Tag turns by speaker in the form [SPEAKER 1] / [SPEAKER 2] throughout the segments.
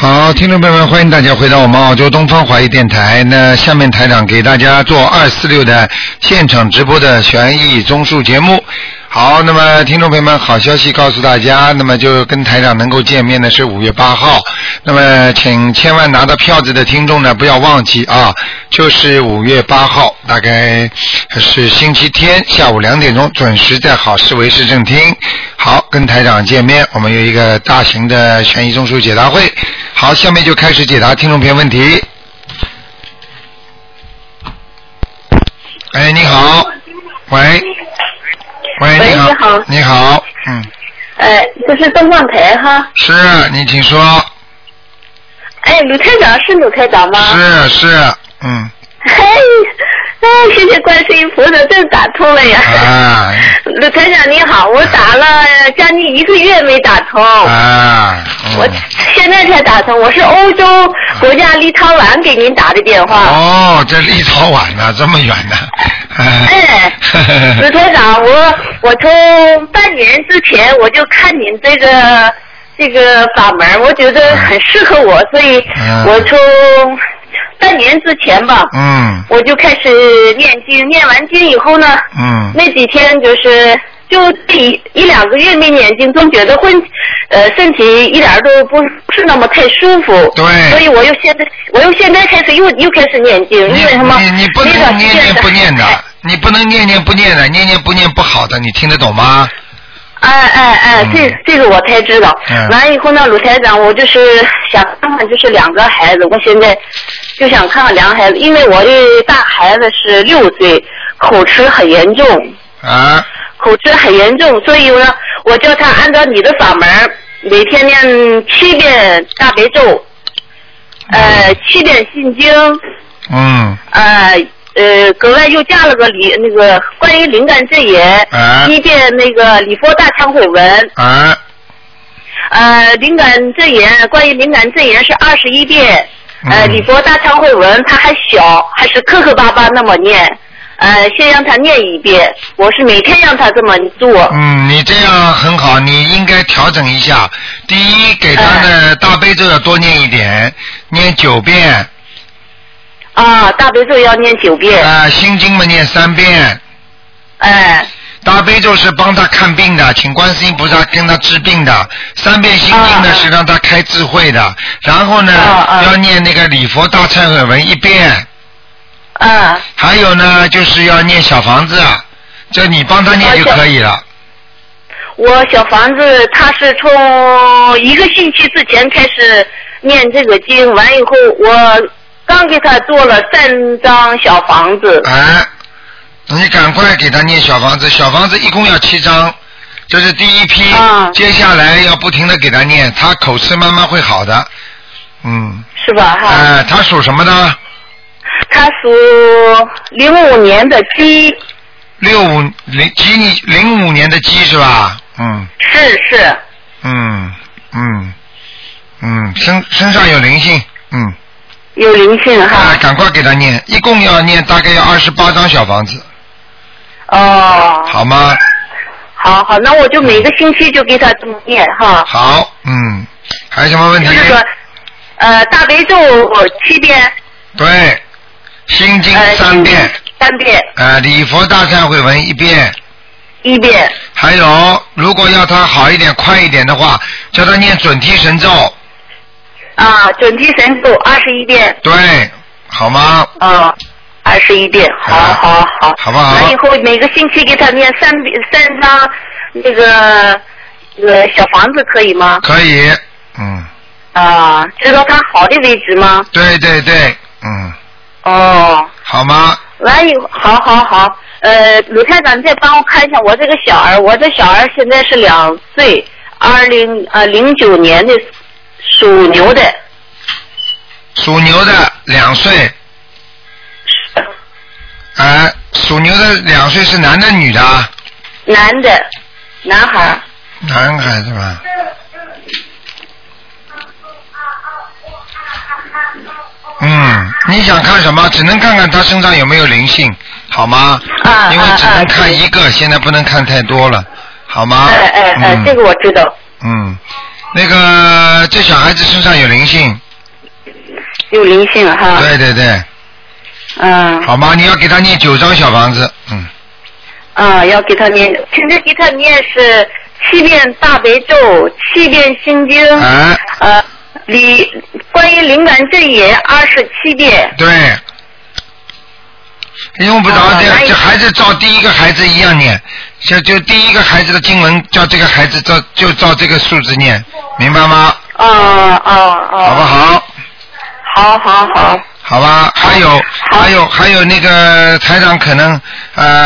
[SPEAKER 1] 好，听众朋友们，欢迎大家回到我们澳洲东方华语电台。那下面台长给大家做二四六的现场直播的悬疑综述节目。好，那么听众朋友们，好消息告诉大家，那么就跟台长能够见面的是五月八号。那么，请千万拿到票子的听众呢，不要忘记啊，就是五月八号，大概是星期天下午两点钟准时在好市委市政厅。好，跟台长见面，我们有一个大型的悬疑综述解答会。好，下面就开始解答听众朋友问题。哎，你好，喂，
[SPEAKER 2] 喂
[SPEAKER 1] 喂，你
[SPEAKER 2] 你好
[SPEAKER 1] 你好，嗯，
[SPEAKER 2] 哎，这是东方台哈。
[SPEAKER 1] 是你请说，
[SPEAKER 2] 哎，卢台长是卢台长吗？
[SPEAKER 1] 是是，嗯，
[SPEAKER 2] 嘿，哎，谢谢观世音菩萨，真打通了呀！
[SPEAKER 1] 啊
[SPEAKER 2] 卢台长你好，我打了将近一个月没打通，
[SPEAKER 1] 啊，
[SPEAKER 2] 我
[SPEAKER 1] 嗯，
[SPEAKER 2] 现在才打通。我是欧洲国家立陶宛给您打的电话。
[SPEAKER 1] 哦，这立陶宛呢，这么远呢，
[SPEAKER 2] 哎，卢台长，我我从半年之前我就看您这个这个法门，我觉得很适合我，所以
[SPEAKER 1] 嗯
[SPEAKER 2] 我从半年之前吧，
[SPEAKER 1] 嗯
[SPEAKER 2] 我就开始念经，念完经以后呢，
[SPEAKER 1] 嗯，
[SPEAKER 2] 那几天就是就这一一两个月没念经，总觉得浑呃身体一点儿都不是那么太舒服。
[SPEAKER 1] 对
[SPEAKER 2] 所以我又现在我又现在开始又又开始念经，因
[SPEAKER 1] 你
[SPEAKER 2] 为什么？
[SPEAKER 1] 你你不
[SPEAKER 2] 那段
[SPEAKER 1] 能
[SPEAKER 2] 时
[SPEAKER 1] 念
[SPEAKER 2] 间
[SPEAKER 1] 念不念
[SPEAKER 2] 哎
[SPEAKER 1] 的，你不能念念不念的，念念不念不好的，你听得懂吗？
[SPEAKER 2] 哎哎哎，这
[SPEAKER 1] 嗯
[SPEAKER 2] 这个我才知道。
[SPEAKER 1] 嗯
[SPEAKER 2] 完了以后呢，鲁台长，我就是想看看，就是两个孩子，我现在就想看看两个孩子，因为我的大孩子是六岁，口吃很严重，
[SPEAKER 1] 啊，
[SPEAKER 2] 口吃很严重，所以呢，我叫他按照你的法门儿，每天念七遍大悲咒，呃，七遍心经，
[SPEAKER 1] 嗯，
[SPEAKER 2] 呃呃，格外又加了个理那个关于灵感真言，
[SPEAKER 1] 啊
[SPEAKER 2] 一遍那个礼佛大忏悔文，
[SPEAKER 1] 啊，
[SPEAKER 2] 呃，灵感真言，关于灵感真言是二十一遍，呃，
[SPEAKER 1] 嗯
[SPEAKER 2] 李博大忏悔文他还小，还是磕磕巴巴那么念，呃，先让他念一遍，我是每天让他这么做，
[SPEAKER 1] 嗯，你这样很好，你应该调整一下。第一，给他的
[SPEAKER 2] 嗯
[SPEAKER 1] 大悲咒要多念一点，念九遍，
[SPEAKER 2] 啊，大悲咒要念九遍，
[SPEAKER 1] 啊、心经嘛念三遍。
[SPEAKER 2] 哎、
[SPEAKER 1] 大悲咒是帮他看病的，请观世音菩萨跟他治病的。三遍心经
[SPEAKER 2] 啊
[SPEAKER 1] 呢、
[SPEAKER 2] 啊
[SPEAKER 1] 是让他开智慧的，然后呢、
[SPEAKER 2] 啊啊
[SPEAKER 1] 要念那个礼佛大忏悔文一遍，
[SPEAKER 2] 啊，
[SPEAKER 1] 还有呢就是要念小房子，啊这你帮他念就可以了。
[SPEAKER 2] 我小房子他是从一个星期之前开始念这个经，完以后我刚给他做了三张小房子，
[SPEAKER 1] 哎，你赶快给他念小房子，小房子一共要七张，这是第一批，
[SPEAKER 2] 啊
[SPEAKER 1] 接下来要不停的给他念，他口吃慢慢会好的。嗯，
[SPEAKER 2] 是吧哈？
[SPEAKER 1] 哎、他属什么呢？
[SPEAKER 2] 他属零五年的鸡，
[SPEAKER 1] 六五零几你零五年的鸡是吧？嗯
[SPEAKER 2] 是是，
[SPEAKER 1] 嗯嗯嗯，身身上有灵性，嗯，
[SPEAKER 2] 有灵性
[SPEAKER 1] 哎、
[SPEAKER 2] 哈。
[SPEAKER 1] 赶快给他念，一共要念大概要二十八张小房子，
[SPEAKER 2] 哦，
[SPEAKER 1] 好吗？
[SPEAKER 2] 好好，那我就每个星期就给他这么念哈，
[SPEAKER 1] 好，嗯，还有什么问
[SPEAKER 2] 就
[SPEAKER 1] 题？
[SPEAKER 2] 是说，呃，大悲咒七遍，
[SPEAKER 1] 对，心经
[SPEAKER 2] 呃，
[SPEAKER 1] 三遍。
[SPEAKER 2] 心经三遍，
[SPEAKER 1] 呃，礼佛大忏悔文一遍，
[SPEAKER 2] 一遍，
[SPEAKER 1] 还有如果要他好一点、快一点的话，叫他念准提神咒，
[SPEAKER 2] 啊，准提神咒二十一遍，
[SPEAKER 1] 对，好吗？
[SPEAKER 2] 啊，二十一遍，好
[SPEAKER 1] 啊
[SPEAKER 2] 好好，哎
[SPEAKER 1] 好不好
[SPEAKER 2] 完以后每个星期给他念三遍三张那个那个小房子可以吗？
[SPEAKER 1] 可以，嗯，
[SPEAKER 2] 啊，知道他好的位置吗？
[SPEAKER 1] 对对对，嗯，
[SPEAKER 2] 哦，
[SPEAKER 1] 好吗？
[SPEAKER 2] 完以后，好好好，呃，鲁台长，你再帮我看一下我这个小儿，我这小儿现在是两岁，二零呃零九年的属牛的，
[SPEAKER 1] 属牛的两岁，
[SPEAKER 2] 嗯
[SPEAKER 1] 呃，属牛的两岁是男的女的啊？
[SPEAKER 2] 男的，男孩儿，
[SPEAKER 1] 男孩子吧？嗯，你想看什么？只能看看他身上有没有灵性，好吗？
[SPEAKER 2] 啊
[SPEAKER 1] 因为只
[SPEAKER 2] 啊
[SPEAKER 1] 能
[SPEAKER 2] 啊
[SPEAKER 1] 看一个，现在不能看太多了，好吗？
[SPEAKER 2] 哎哎哎，
[SPEAKER 1] 嗯
[SPEAKER 2] 这个我知道，
[SPEAKER 1] 嗯，那个这小孩子身上有灵性，
[SPEAKER 2] 有灵性哈。
[SPEAKER 1] 对对对，
[SPEAKER 2] 嗯。
[SPEAKER 1] 好吗？你要给他念九张小房子，嗯，
[SPEAKER 2] 啊，要给他念，平时给他念是七遍大悲咒，七遍心经，
[SPEAKER 1] 哎、
[SPEAKER 2] 呃，理关于灵感真言二十七遍，
[SPEAKER 1] 对，用不着
[SPEAKER 2] 啊那
[SPEAKER 1] 这
[SPEAKER 2] 也
[SPEAKER 1] 这孩子照第一个孩子一样念，就就第一个孩子的经文叫这个孩子照就照这个数字念，明白吗？
[SPEAKER 2] 啊啊啊！
[SPEAKER 1] 好不好？
[SPEAKER 2] 好好好，
[SPEAKER 1] 好吧，还有
[SPEAKER 2] 好
[SPEAKER 1] 还有还有那个台长可能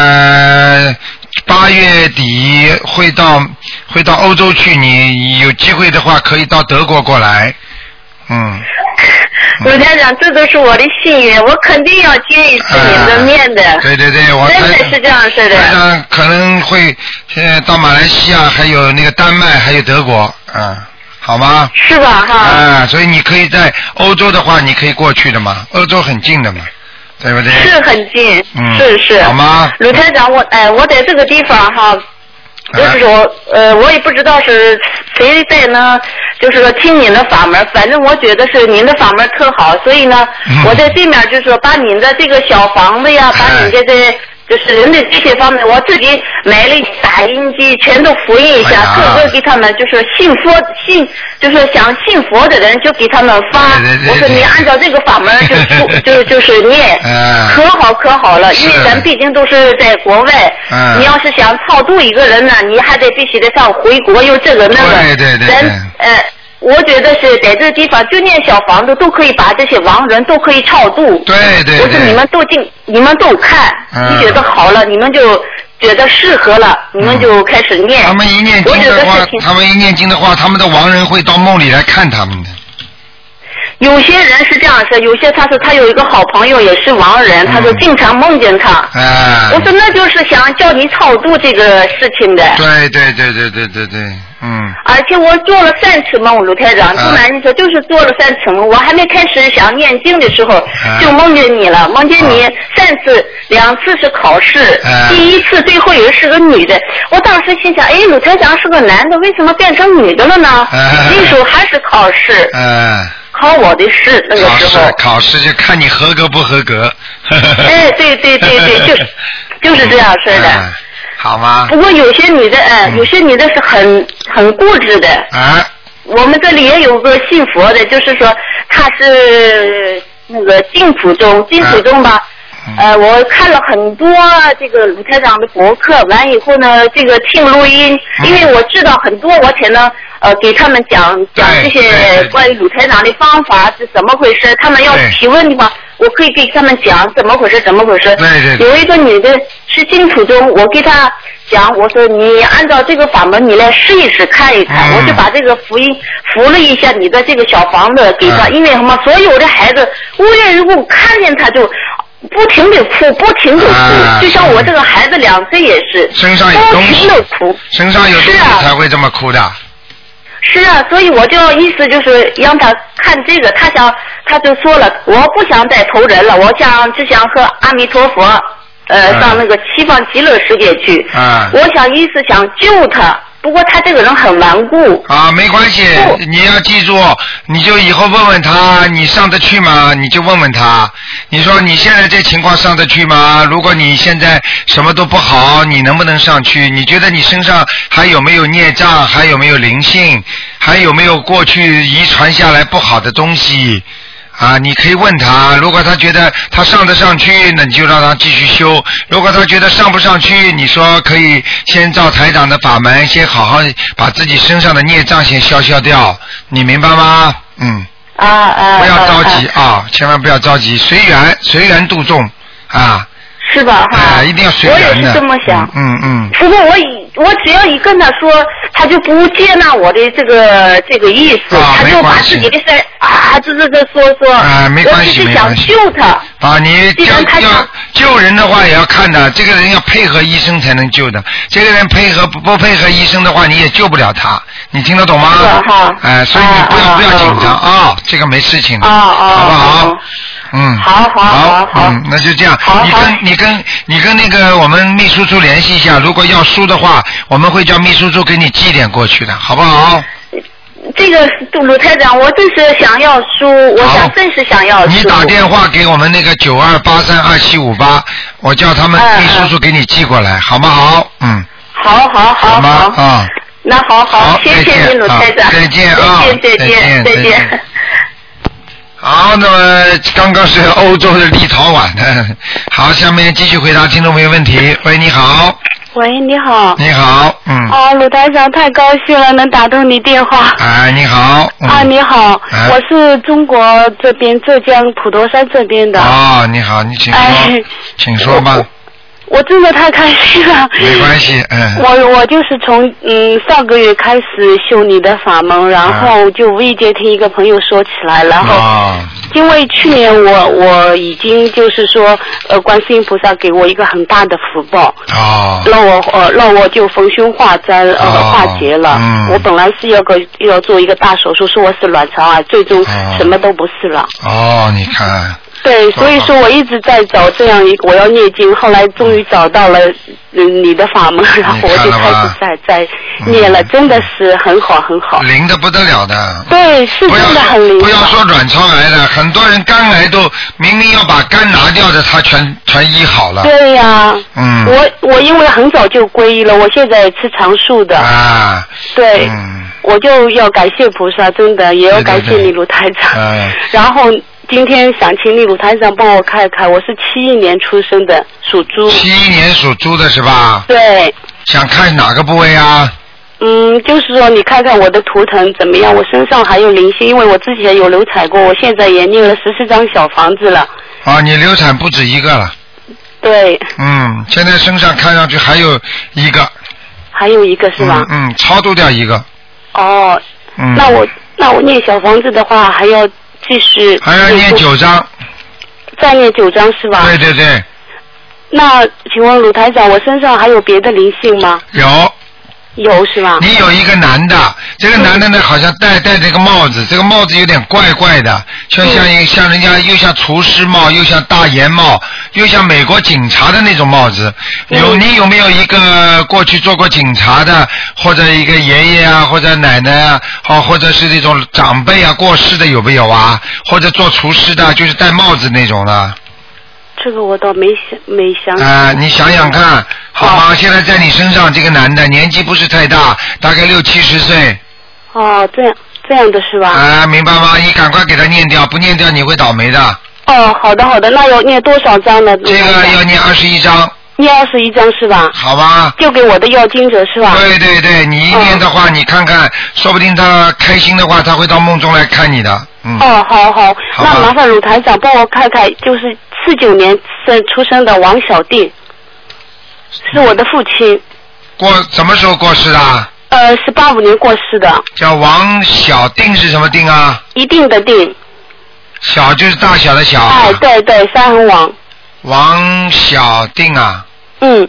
[SPEAKER 1] 呃八月底会到会到欧洲去，你有机会的话可以到德国过来，嗯，
[SPEAKER 2] 卢台长，这都是我的幸运，我肯定要接一次您的面的，
[SPEAKER 1] 呃对对对，我
[SPEAKER 2] 真的
[SPEAKER 1] 台
[SPEAKER 2] 是这样式的。
[SPEAKER 1] 台长可能会呃到马来西亚，还有那个丹麦，还有德国，嗯，好吗？
[SPEAKER 2] 是吧哈？
[SPEAKER 1] 啊、所以你可以在欧洲的话，你可以过去的嘛，欧洲很近的嘛，对不对？
[SPEAKER 2] 是很近，
[SPEAKER 1] 嗯
[SPEAKER 2] 是是。
[SPEAKER 1] 好吗
[SPEAKER 2] 卢台长，我哎，我在这个地方哈，就是
[SPEAKER 1] 啊
[SPEAKER 2] 说，呃，我也不知道是谁在呢，就是说听您的法门，反正我觉得是您的法门特好，所以呢，
[SPEAKER 1] 嗯
[SPEAKER 2] 我在这面就是说把您的这个小房子呀，
[SPEAKER 1] 哎
[SPEAKER 2] 把你的这。就是人的这些方面，我自己买了打印机，全都复印一下，
[SPEAKER 1] 哎呀
[SPEAKER 2] 各个给他们就是信佛信，就是想信佛的人就给他们发。
[SPEAKER 1] 对对对
[SPEAKER 2] 我说你
[SPEAKER 1] 对
[SPEAKER 2] 按照这个法门就出 就就是念，
[SPEAKER 1] 嗯
[SPEAKER 2] 可好可好了，因为
[SPEAKER 1] 是
[SPEAKER 2] 咱毕竟都是在国外，
[SPEAKER 1] 嗯
[SPEAKER 2] 你要是想超度一个人呢，你还得必须得上回国又这个那
[SPEAKER 1] 对
[SPEAKER 2] 个，
[SPEAKER 1] 对对对
[SPEAKER 2] 咱呃。我觉得是在这个地方，就念小房子都可以把这些亡人都可以超度。
[SPEAKER 1] 对对
[SPEAKER 2] 我说
[SPEAKER 1] 对
[SPEAKER 2] 你们都进，你们都看，
[SPEAKER 1] 嗯
[SPEAKER 2] 你觉得好了，你们就觉得适合了，你们就开始念。
[SPEAKER 1] 他们一念经
[SPEAKER 2] 我觉得
[SPEAKER 1] 的
[SPEAKER 2] 是
[SPEAKER 1] 话，
[SPEAKER 2] 挺
[SPEAKER 1] 他们一念经的话，他们的亡人会到梦里来看他们的。
[SPEAKER 2] 有些人是这样说，有些他说他有一个好朋友也是亡人，他说
[SPEAKER 1] 嗯
[SPEAKER 2] 经常梦见他。
[SPEAKER 1] 啊、
[SPEAKER 2] 我说那就是想叫你超度这个事情的。
[SPEAKER 1] 对对对对对对对，嗯，
[SPEAKER 2] 而且我做了三次梦，卢台长，
[SPEAKER 1] 啊
[SPEAKER 2] 不瞒你说，就是做了三次梦。我还没开始想念经的时候，就梦见你了，梦见你
[SPEAKER 1] 啊
[SPEAKER 2] 三次，两次是考试，
[SPEAKER 1] 啊
[SPEAKER 2] 第一次最后一个是个女的。我当时心想，哎，卢台长是个男的，为什么变成女的了呢？
[SPEAKER 1] 啊
[SPEAKER 2] 那时候还是考试，
[SPEAKER 1] 呃，
[SPEAKER 2] 考我的试那个
[SPEAKER 1] 考
[SPEAKER 2] 时
[SPEAKER 1] 试
[SPEAKER 2] 候。
[SPEAKER 1] 考试就看你合格不合格。
[SPEAKER 2] 哎，对对对对， 就是就是这样式的。
[SPEAKER 1] 嗯好吗
[SPEAKER 2] 不？过有些女的，哎、
[SPEAKER 1] 嗯
[SPEAKER 2] 有些女的是很很固执的。
[SPEAKER 1] 啊，
[SPEAKER 2] 我们这里也有个信佛的，就是说他是那个净土宗，净土宗吧。
[SPEAKER 1] 嗯
[SPEAKER 2] 呃，我看了很多这个鲁台长的博客，完以后呢，这个听录音，
[SPEAKER 1] 嗯
[SPEAKER 2] 因为我知道很多，我才能呃给他们讲
[SPEAKER 1] 对
[SPEAKER 2] 讲这
[SPEAKER 1] 对对
[SPEAKER 2] 些
[SPEAKER 1] 对
[SPEAKER 2] 关于鲁台长的方法是怎么回事。他们要
[SPEAKER 1] 对
[SPEAKER 2] 提问的话，我可以给他们讲怎么回事，怎么回事。
[SPEAKER 1] 对对对
[SPEAKER 2] 有一个女的是净土宗，我给她讲，我说你按照这个法门，你来试一试看一看，
[SPEAKER 1] 嗯
[SPEAKER 2] 我就把这个福音服了一下你的这个小房子给他，
[SPEAKER 1] 嗯
[SPEAKER 2] 因为什么？所有的孩子无论如果看见他就。不停的哭，
[SPEAKER 1] 嗯
[SPEAKER 2] 不停的哭，
[SPEAKER 1] 啊
[SPEAKER 2] 就像我这个孩子两岁也是，
[SPEAKER 1] 身上有
[SPEAKER 2] 不
[SPEAKER 1] 东
[SPEAKER 2] 停
[SPEAKER 1] 西
[SPEAKER 2] 的哭，，
[SPEAKER 1] 身上有东西
[SPEAKER 2] 是啊
[SPEAKER 1] 才会这么哭的。
[SPEAKER 2] 是啊，所以我就意思就是让他看这个，他想他就说了，我不想再投人了，我想只想和阿弥陀佛，呃，
[SPEAKER 1] 嗯
[SPEAKER 2] 上那个西方极乐世界去。
[SPEAKER 1] 嗯
[SPEAKER 2] 我想意思想救他，不过他这个人很顽固。
[SPEAKER 1] 啊，没关系
[SPEAKER 2] 不，
[SPEAKER 1] 你要记住，你就以后问问他，你上得去吗？你就问问他，你说你现在这情况上得去吗？如果你现在什么都不好，你能不能上去？你觉得你身上还有没有孽障？还有没有灵性？还有没有过去遗传下来不好的东西？啊，你可以问他，如果他觉得他上得上去，那你就让他继续修；如果他觉得上不上去，你说可以先照台长的法门，先好好把自己身上的孽障先消消掉，你明白吗？嗯，
[SPEAKER 2] 啊啊！
[SPEAKER 1] 不要着急
[SPEAKER 2] 啊，
[SPEAKER 1] 啊，千万不要着急，随缘随缘度众啊，
[SPEAKER 2] 是吧？哈、
[SPEAKER 1] 哎，一定要随
[SPEAKER 2] 我也
[SPEAKER 1] 缘
[SPEAKER 2] 是
[SPEAKER 1] 的。
[SPEAKER 2] 这么想。
[SPEAKER 1] 嗯嗯
[SPEAKER 2] 不过我一我只要一跟他说，他就不接纳我的这个这个意思，
[SPEAKER 1] 啊
[SPEAKER 2] 他
[SPEAKER 1] 没
[SPEAKER 2] 就把
[SPEAKER 1] 关系
[SPEAKER 2] 自己的事儿啊，这这这说说，
[SPEAKER 1] 啊没关系
[SPEAKER 2] 我只
[SPEAKER 1] 没
[SPEAKER 2] 是
[SPEAKER 1] 关
[SPEAKER 2] 想
[SPEAKER 1] 系
[SPEAKER 2] 救他。
[SPEAKER 1] 嗯啊，你
[SPEAKER 2] 既
[SPEAKER 1] 要
[SPEAKER 2] 然他想
[SPEAKER 1] 要救人的话也要看的，这个人要配合医生才能救的。这个人配合不不配合医生的话，你也救不了他。你听得懂吗
[SPEAKER 2] 是的哈？
[SPEAKER 1] 哎，所以你
[SPEAKER 2] 啊
[SPEAKER 1] 不要
[SPEAKER 2] 啊
[SPEAKER 1] 不要
[SPEAKER 2] 啊
[SPEAKER 1] 紧张啊，这个没事情的，
[SPEAKER 2] 啊啊
[SPEAKER 1] 好不好
[SPEAKER 2] 啊？
[SPEAKER 1] 嗯，
[SPEAKER 2] 好好好好
[SPEAKER 1] 嗯，那就这样
[SPEAKER 2] 好。
[SPEAKER 1] 你
[SPEAKER 2] 好
[SPEAKER 1] 跟你跟你跟那个我们秘书处联系一下，如果要书的话，我们会叫秘书处给你寄一点过去的，好不好？
[SPEAKER 2] 这这个鲁台长，我真是想要书，我
[SPEAKER 1] 好
[SPEAKER 2] 想真是想要书。
[SPEAKER 1] 你打电话给我们那个九二八三二七五八，我叫他们
[SPEAKER 2] 嗯
[SPEAKER 1] 秘书处给你寄过来，好不好？嗯，
[SPEAKER 2] 好好好
[SPEAKER 1] 吗？
[SPEAKER 2] 好，
[SPEAKER 1] 啊，
[SPEAKER 2] 那好好，谢
[SPEAKER 1] 再
[SPEAKER 2] 谢
[SPEAKER 1] 见
[SPEAKER 2] 您鲁台长
[SPEAKER 1] 啊，再 见啊
[SPEAKER 2] 再见
[SPEAKER 1] 再
[SPEAKER 2] 再
[SPEAKER 1] 见
[SPEAKER 2] 见
[SPEAKER 1] 再见
[SPEAKER 2] 见。
[SPEAKER 1] 好，那么刚刚是欧洲的立陶宛 的，好，下面继续回答听众朋友问题。喂，你好，
[SPEAKER 3] 喂，你好。
[SPEAKER 1] 你好，嗯，
[SPEAKER 3] 啊，鲁台长，太高兴了，能打通你电话。
[SPEAKER 1] 哎，你好，嗯
[SPEAKER 3] 啊，你好，
[SPEAKER 1] 哎
[SPEAKER 3] 我是中国这边浙江普陀山这边的。
[SPEAKER 1] 哦，你好，你请
[SPEAKER 3] 哎
[SPEAKER 1] 说，请说吧，
[SPEAKER 3] 我真的太开心了。
[SPEAKER 1] 没关系，嗯，
[SPEAKER 3] 我我就是从嗯上个月开始修你的法
[SPEAKER 1] 啊
[SPEAKER 3] 门，然后就无意间听一个朋友说起来，然后
[SPEAKER 1] 哦，
[SPEAKER 3] 因为去年我我已经就是说呃观世音菩萨给我一个很大的福报，
[SPEAKER 1] 哦，
[SPEAKER 3] 让我呃让我就逢凶化灾呃、
[SPEAKER 1] 哦
[SPEAKER 3] 化解了。
[SPEAKER 1] 嗯
[SPEAKER 3] 我本来是要个要做一个大手术，说我是卵巢癌，最终
[SPEAKER 1] 哦
[SPEAKER 3] 什么都不是了。
[SPEAKER 1] 哦，你看，
[SPEAKER 3] 对，所以说我一直在找这样一个，我要念经，后来终于找到了嗯你的法门，然后我就开始在在念
[SPEAKER 1] 嗯
[SPEAKER 3] 了，真的是很好很好。
[SPEAKER 1] 灵的不得了的，
[SPEAKER 3] 对，是
[SPEAKER 1] 不要
[SPEAKER 3] 真的很灵
[SPEAKER 1] 不
[SPEAKER 3] 的
[SPEAKER 1] 要说卵巢癌了，很多人肝癌都明明要把肝拿掉的，他全全医好了，
[SPEAKER 3] 对呀、
[SPEAKER 1] 嗯，
[SPEAKER 3] 我我因为很早就皈依了，我现在吃长素的，
[SPEAKER 1] 啊，
[SPEAKER 3] 对。
[SPEAKER 1] 嗯，
[SPEAKER 3] 我就要感谢菩萨，真的也要
[SPEAKER 1] 对对
[SPEAKER 3] 感谢
[SPEAKER 1] 对
[SPEAKER 3] 你卢台长。
[SPEAKER 1] 哎
[SPEAKER 3] 然后今天想请你卢台长帮我看一看，我是七一年出生的，属猪。
[SPEAKER 1] 七一年属猪的是吧？
[SPEAKER 3] 对，
[SPEAKER 1] 想看哪个部位啊？
[SPEAKER 3] 嗯，就是说你看看我的图腾怎么样？我身上还有灵性，因为我之前有流产过，我现在也念了十四张小房子了。
[SPEAKER 1] 啊，你流产不止一个了，
[SPEAKER 3] 对，
[SPEAKER 1] 嗯，现在身上看上去还有一个，
[SPEAKER 3] 还有一个是吧
[SPEAKER 1] 嗯？嗯，超度掉一个，
[SPEAKER 3] 哦，
[SPEAKER 1] 嗯，
[SPEAKER 3] 那我那我念小房子的话，还要继续
[SPEAKER 1] 还要念九章，
[SPEAKER 3] 再念九张是吧？
[SPEAKER 1] 对对对，
[SPEAKER 3] 那请问鲁台长，我身上还有别的灵性吗？
[SPEAKER 1] 有，
[SPEAKER 3] 有是 吧？
[SPEAKER 1] 你有一个男的，这个男的呢好像戴戴这个帽子，这个帽子有点怪怪的，像像一像人家又像厨师帽，又像大檐帽，又像美国警察的那种帽子。有
[SPEAKER 3] 嗯
[SPEAKER 1] 你有没有一个过去做过警察的，或者一个爷爷啊，或者奶奶啊，好或者是那种长辈啊过世的有没有啊？或者做厨师的，就是戴帽子那种的。
[SPEAKER 3] 这个我倒没想没想起。
[SPEAKER 1] 啊、你想想看，好吗？
[SPEAKER 3] 好
[SPEAKER 1] 现在在你身上这个男的年纪不是太大，大概六七十岁。
[SPEAKER 3] 哦，这样这样的是吧？
[SPEAKER 1] 啊，明白吗？你赶快给他念掉，不念掉你会倒霉的。
[SPEAKER 3] 哦，好的好的，那要念多少章呢？
[SPEAKER 1] 这个要念二十一章，
[SPEAKER 3] 念二十一章是吧？
[SPEAKER 1] 好吧？
[SPEAKER 3] 就给我的要经者是吧？哦
[SPEAKER 1] 对对对，你一念的话，你看看，说不定他开心的话，他会到梦中来看你的。嗯，
[SPEAKER 3] 哦，好好，
[SPEAKER 1] 好吧
[SPEAKER 3] 那麻烦鲁台长帮我看看，就是四九年生出生的王小弟，是我的父亲，
[SPEAKER 1] 过什么时候过世的？
[SPEAKER 3] 呃，是八五年过世的，
[SPEAKER 1] 叫王小定是什么定啊？
[SPEAKER 3] 一定的定，
[SPEAKER 1] 小就是大小的小。
[SPEAKER 3] 哎，对对，三横王，
[SPEAKER 1] 王小定啊，
[SPEAKER 3] 嗯，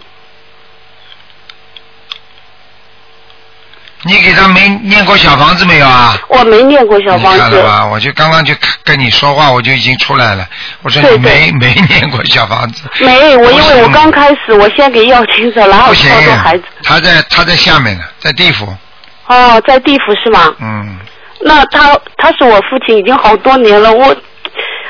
[SPEAKER 1] 你给他没念过小房子没有啊？
[SPEAKER 3] 我没念过小
[SPEAKER 1] 你
[SPEAKER 3] 房
[SPEAKER 1] 看
[SPEAKER 3] 子
[SPEAKER 1] 了，吧？我就刚刚就跟你说话，我就已经出来了。我说
[SPEAKER 3] 对
[SPEAKER 1] 你
[SPEAKER 3] 对
[SPEAKER 1] 没没念过小房子。
[SPEAKER 3] 没，我因为我刚开始，我先给要经者，然后
[SPEAKER 1] 不行
[SPEAKER 3] 操作孩子，，
[SPEAKER 1] 他在他在下面呢，在地府。
[SPEAKER 3] 哦，在地府是吗？
[SPEAKER 1] 嗯，
[SPEAKER 3] 那他他是我父亲，已经好多年了，我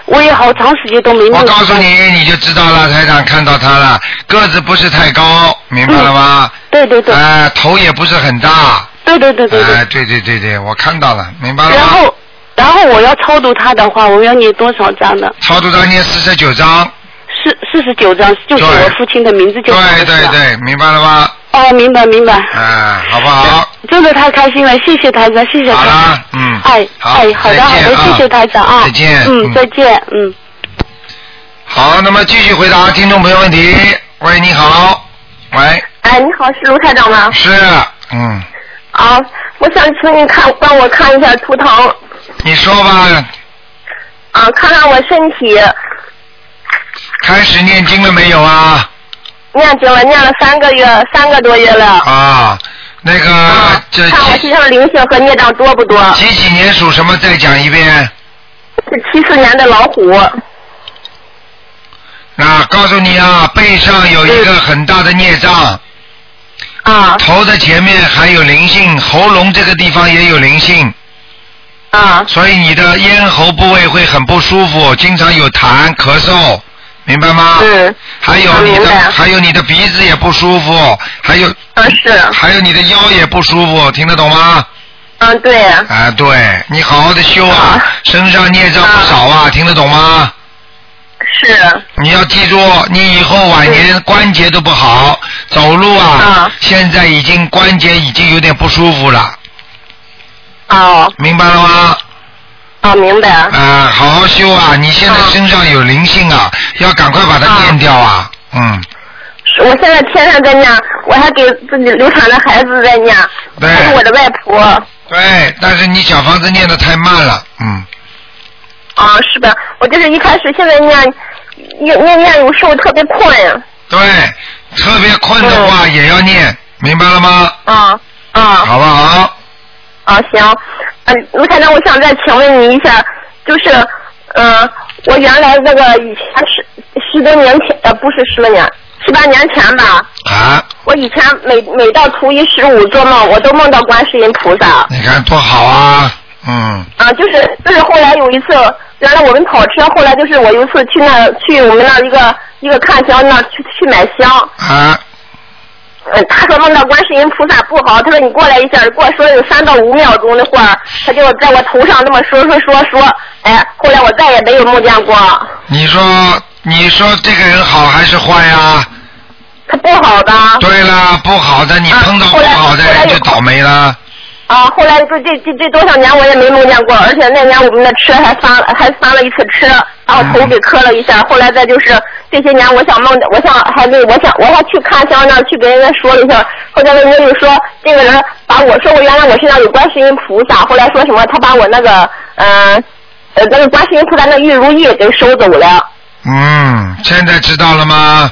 [SPEAKER 3] 我也好长时间都没念。
[SPEAKER 1] 我告诉你，，你就知道了。台长看到他了，个子不是太高，明白了吗？
[SPEAKER 3] 嗯对对对，
[SPEAKER 1] 哎、头也不是很大。
[SPEAKER 3] 对对对
[SPEAKER 1] 哎、
[SPEAKER 3] 对对。
[SPEAKER 1] 对对对对，我看到了，明白了
[SPEAKER 3] 然
[SPEAKER 1] 吗？
[SPEAKER 3] 后，然后我要超度他的话，我要念多少章呢？
[SPEAKER 1] 超度当念四十九章，
[SPEAKER 3] 四四十九章，就是
[SPEAKER 1] 对
[SPEAKER 3] 我父亲的名字就
[SPEAKER 1] 对
[SPEAKER 3] 好了
[SPEAKER 1] 对。
[SPEAKER 3] 是吧
[SPEAKER 1] 对，明白了吗？
[SPEAKER 3] 哦，明白明白。
[SPEAKER 1] 哎、好不好？
[SPEAKER 3] 真的太开心了，谢谢台长，谢谢
[SPEAKER 1] 好
[SPEAKER 3] 台长
[SPEAKER 1] 啦。，嗯，
[SPEAKER 3] 哎
[SPEAKER 1] 好，
[SPEAKER 3] 哎，好
[SPEAKER 1] 再
[SPEAKER 3] 的
[SPEAKER 1] 见
[SPEAKER 3] 好的，
[SPEAKER 1] 啊
[SPEAKER 3] 谢谢台长啊。
[SPEAKER 1] 再见，
[SPEAKER 3] 嗯，再见，嗯。
[SPEAKER 1] 好，那么继续回答听众朋友问题。喂，你好，喂，
[SPEAKER 4] 哎，你好，是卢台长吗？
[SPEAKER 1] 是，嗯，
[SPEAKER 4] 啊，我想请你看，帮我看一下图腾，
[SPEAKER 1] 你说吧，
[SPEAKER 4] 啊，看看我身体，
[SPEAKER 1] 开始念经了没有啊？
[SPEAKER 4] 念经了，念了三个月，三个多月了，
[SPEAKER 1] 啊，那个
[SPEAKER 4] 啊，
[SPEAKER 1] 这
[SPEAKER 4] 看我身
[SPEAKER 1] 几
[SPEAKER 4] 上的灵性和孽障多不多？
[SPEAKER 1] 几几年属什么？再讲一遍。
[SPEAKER 4] 是七四年的老虎，
[SPEAKER 1] 啊，告诉你啊，背上有一个很大的孽障，
[SPEAKER 4] 啊
[SPEAKER 1] 头的前面还有灵性，喉咙这个地方也有灵性，
[SPEAKER 4] 啊，
[SPEAKER 1] 所以你的咽喉部位会很不舒服，经常有痰、咳嗽，明白吗？
[SPEAKER 4] 嗯，
[SPEAKER 1] 还有
[SPEAKER 4] 嗯
[SPEAKER 1] 你
[SPEAKER 4] 明
[SPEAKER 1] 的
[SPEAKER 4] 白，
[SPEAKER 1] 还有你的鼻子也不舒服，还有
[SPEAKER 4] 嗯是，
[SPEAKER 1] 还有你的腰也不舒服，听得懂吗？
[SPEAKER 4] 嗯对，
[SPEAKER 1] 啊，对，你好好的修啊
[SPEAKER 4] 啊，
[SPEAKER 1] 身上孽障不少啊，听得懂吗？
[SPEAKER 4] 是，
[SPEAKER 1] 你要记住，你以后晚年关节都不好，走路啊
[SPEAKER 4] 啊，
[SPEAKER 1] 现在已经关节已经有点不舒服了，
[SPEAKER 4] 哦
[SPEAKER 1] 明白了吗？
[SPEAKER 4] 哦明白，
[SPEAKER 1] 啊，好好修啊！你现在
[SPEAKER 4] 啊
[SPEAKER 1] 身上有灵性啊，要赶快把它念掉啊！嗯，
[SPEAKER 4] 是我现在天天在念，我还给自己流产的孩子在念，
[SPEAKER 1] 对
[SPEAKER 4] 还有我的外婆，
[SPEAKER 1] 对，但是你小房子念的太慢了，嗯，
[SPEAKER 4] 啊是吧？我就是一开始现在念，念念念有时候特别困，嗯
[SPEAKER 1] 对，特别困的话也要念，明白了吗？
[SPEAKER 4] 啊啊。
[SPEAKER 1] 好不好？
[SPEAKER 4] 啊，行，嗯，卢台长，我想再请问你一下，就是，呃，我原来那个以前十十多年前，呃，不是十多年，七八年前吧，
[SPEAKER 1] 啊，
[SPEAKER 4] 我以前每每到初一十五做梦，我都梦到观世音菩萨，
[SPEAKER 1] 你看多好啊！嗯，
[SPEAKER 4] 啊，就是就是后来有一次，原来我们跑车，后来就是我有一次去那去我们那一个一个看香那去去买香，
[SPEAKER 1] 啊，
[SPEAKER 4] 嗯，他说梦到观世音菩萨不好，他说你过来一下，过来说有三到五秒钟的会儿，他就在我头上那么说说说说，哎，后来我再也没有梦见过，
[SPEAKER 1] 你说你说这个人好还是坏啊？
[SPEAKER 4] 他不好的。
[SPEAKER 1] 对啦，不好的你
[SPEAKER 4] 啊
[SPEAKER 1] 碰到
[SPEAKER 4] 后
[SPEAKER 1] 不
[SPEAKER 4] 来
[SPEAKER 1] 好的
[SPEAKER 4] 后来
[SPEAKER 1] 人
[SPEAKER 4] 有
[SPEAKER 1] 就倒霉了。
[SPEAKER 4] 啊，后来这这这这多少年我也没梦见过，而且那年我们的车还翻了还翻了一次车，把我头给磕了一下。后来再就是这些年，我想梦，我想还那我想我还去看香那儿去跟人家说了一下，后来人家就说这个人把我说我原来我身上有观世音菩萨，后来说什么他把我那个嗯呃那个观世音菩萨那玉如意给收走了
[SPEAKER 1] 嗯，现在知道了吗？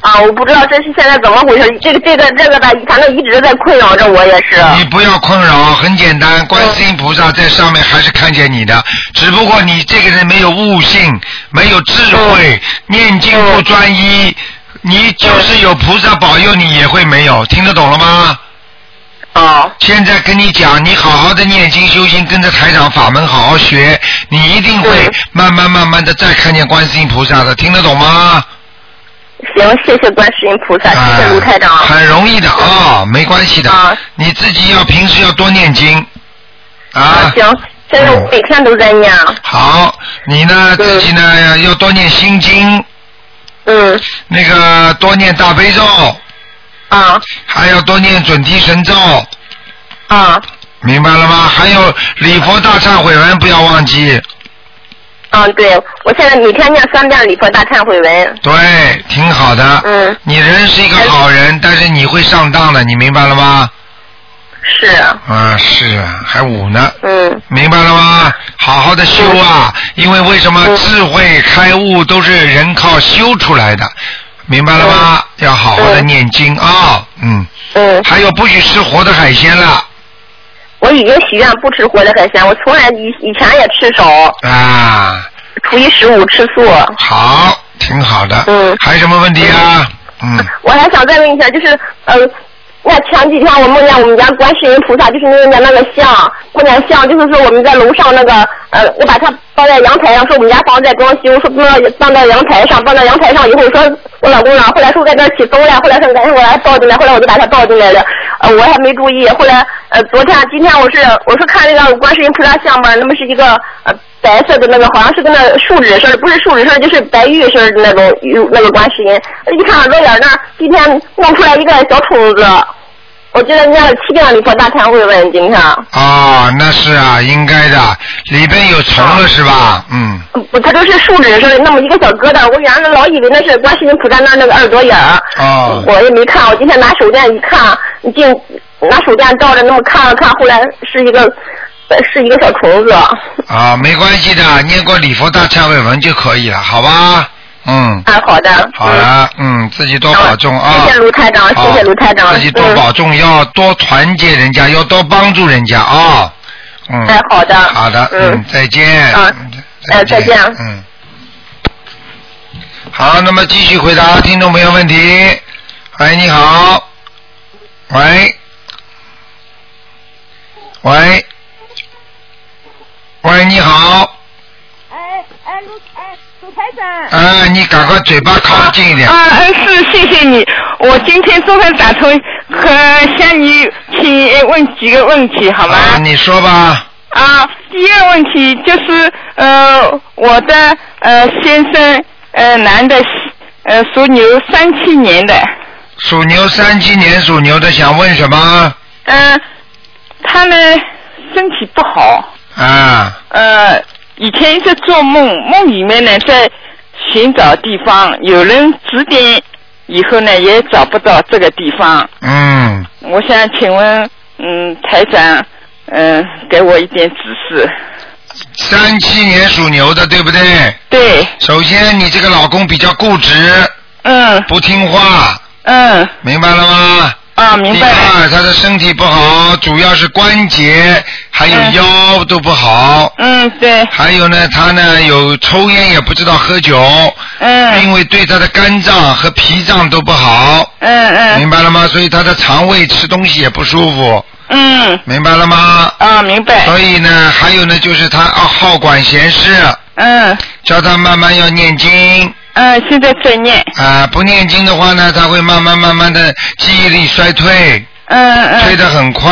[SPEAKER 4] 啊，我不知道这是现在怎么回事，这个这个这个吧，反正一直在困扰着我也是。啊嗯
[SPEAKER 1] 你不要困扰，很简单，观世音菩萨在上面还是看见你的，只不过你这个人没有悟性，没有智慧，
[SPEAKER 4] 嗯
[SPEAKER 1] 念经不专一，你就是有菩萨保佑你也会没有，听得懂了吗？
[SPEAKER 4] 哦
[SPEAKER 1] 现在跟你讲，你好好的念经修心，跟着台长法门好好学，你一定会
[SPEAKER 4] 嗯
[SPEAKER 1] 慢慢慢慢的再看见观世音菩萨的，听得懂吗？
[SPEAKER 4] 行，谢谢观世音菩萨，谢谢卢台长。嗯
[SPEAKER 1] 啊很容易的啊、没关系的，
[SPEAKER 4] 啊
[SPEAKER 1] 你自己要平时要多念经啊嗯
[SPEAKER 4] 啊，行，现在我每天都在念。
[SPEAKER 1] 好，你呢自己呢要要多念心经，
[SPEAKER 4] 嗯，
[SPEAKER 1] 那个多念大悲咒，
[SPEAKER 4] 啊
[SPEAKER 1] 还要多念准提神咒，
[SPEAKER 4] 啊
[SPEAKER 1] 明白了吗？还有礼佛大忏悔文不要忘记，
[SPEAKER 4] 啊！对，我现在每天念三遍礼佛大忏悔文。
[SPEAKER 1] 对，挺好的。
[SPEAKER 4] 嗯，
[SPEAKER 1] 你人是一个好人，但是你会上当的，你明白了吗？
[SPEAKER 4] 是，
[SPEAKER 1] 啊，是啊，还五呢。
[SPEAKER 4] 嗯
[SPEAKER 1] 明白了吗？好好的修啊，因为为什么
[SPEAKER 4] 嗯
[SPEAKER 1] 智慧开悟都是人靠修出来的，明白了吗？要好好的
[SPEAKER 4] 嗯
[SPEAKER 1] 念经啊，嗯，
[SPEAKER 4] 嗯，
[SPEAKER 1] 还有不许吃活的海鲜了
[SPEAKER 4] 我已经许愿不吃活的海鲜，我从来以以前也吃少，
[SPEAKER 1] 啊，
[SPEAKER 4] 初一十五吃素。
[SPEAKER 1] 好，挺好的。
[SPEAKER 4] 嗯
[SPEAKER 1] 还有什么问题啊？嗯，
[SPEAKER 4] 我还想再问一下，就是呃，那前几天我梦见我们家观世音菩萨，就是梦见那个像，梦见像，就是说我们在楼上那个呃，我把它放在阳台上，说我们家房子在装修，说不能放到阳台上，放到阳台上以后，说我老公呢，后来说在这儿起风了，后来说赶紧我来抱进来，后来我就把他抱进来了，呃，我还没注意，后来呃，昨天今天我是我是看那个观世音菩萨像嘛，那么是一个呃。白色的那个，好像是跟那树脂似的，不是树脂似的，就是白玉似的那种玉那个观世音。一看耳朵眼儿那儿，今天弄出来一个小虫子，我觉得念了七遍礼佛大忏悔文，今天
[SPEAKER 1] 哦，那是啊，应该的，里边有虫
[SPEAKER 4] 啊
[SPEAKER 1] 了是吧？嗯，
[SPEAKER 4] 嗯不，它就是树脂似的那么一个小疙瘩，我原来老以为那是观世音菩萨那儿那个耳朵眼儿，
[SPEAKER 1] 哦，
[SPEAKER 4] 我也没看，我今天拿手电一看，进拿手电照着那么看了看，后来是一个呃是一个小虫子。
[SPEAKER 1] 啊，没关系的，念过礼佛大忏悔文就可以了，好吧？嗯。
[SPEAKER 4] 啊，好的。
[SPEAKER 1] 好了，嗯，自己多保重啊！
[SPEAKER 4] 谢谢卢台长
[SPEAKER 1] 好
[SPEAKER 4] 谢谢卢台长嗯
[SPEAKER 1] 自己多保重，要多团结人家，要多帮助人家啊！嗯
[SPEAKER 4] 嗯。，哎，好的。
[SPEAKER 1] 好的，嗯
[SPEAKER 4] 嗯，，
[SPEAKER 1] 再见。
[SPEAKER 4] 啊
[SPEAKER 1] 嗯
[SPEAKER 4] 哎再见
[SPEAKER 1] 嗯。好，那么继续回答听众朋友问题。喂，你好。喂。喂。喂，你好。
[SPEAKER 5] 哎哎，卢哎，卢台长。
[SPEAKER 1] 哎，你赶快嘴巴靠近一点。
[SPEAKER 5] 啊，哎是，谢谢你。我今天终于打通，和向你请问几个问题，好吗？
[SPEAKER 1] 啊，你说吧。
[SPEAKER 5] 啊，第一个问题就是，呃，我的呃先生，呃男的，呃属牛三七年的，
[SPEAKER 1] 属牛三七年属牛的想问什么？
[SPEAKER 5] 嗯、他呢身体不好，
[SPEAKER 1] 啊，
[SPEAKER 5] 呃，以前在做梦，梦里面呢在寻找地方，有人指点，以后呢也找不到这个地方。
[SPEAKER 1] 嗯，
[SPEAKER 5] 我想请问，嗯，台长，嗯、给我一点指示。
[SPEAKER 1] 三七年属牛的，对不对？
[SPEAKER 5] 对，
[SPEAKER 1] 首先，你这个老公比较固执，
[SPEAKER 5] 嗯
[SPEAKER 1] 不听话，
[SPEAKER 5] 嗯，
[SPEAKER 1] 明白了吗？
[SPEAKER 5] 啊，明白
[SPEAKER 1] 第
[SPEAKER 5] 了，
[SPEAKER 1] 二，他的身体不好，主要是关节还有
[SPEAKER 5] 嗯
[SPEAKER 1] 腰都不好。
[SPEAKER 5] 嗯，对，
[SPEAKER 1] 还有呢，他呢有抽烟，也不知道喝酒，因
[SPEAKER 5] 嗯
[SPEAKER 1] 为对他的肝脏和脾脏都不好，
[SPEAKER 5] 嗯
[SPEAKER 1] 明
[SPEAKER 5] 嗯
[SPEAKER 1] 白了吗？所以他的肠胃吃东西也不舒服，
[SPEAKER 5] 嗯，
[SPEAKER 1] 明白了吗？
[SPEAKER 5] 啊，明白，
[SPEAKER 1] 所以呢，还有呢，就是他啊好管闲事，
[SPEAKER 5] 嗯
[SPEAKER 1] 叫他慢慢要念经
[SPEAKER 5] 嗯，现在在念，
[SPEAKER 1] 啊、不念经的话呢，他会慢慢慢慢的记忆力衰退，
[SPEAKER 5] 嗯嗯
[SPEAKER 1] 退得很快，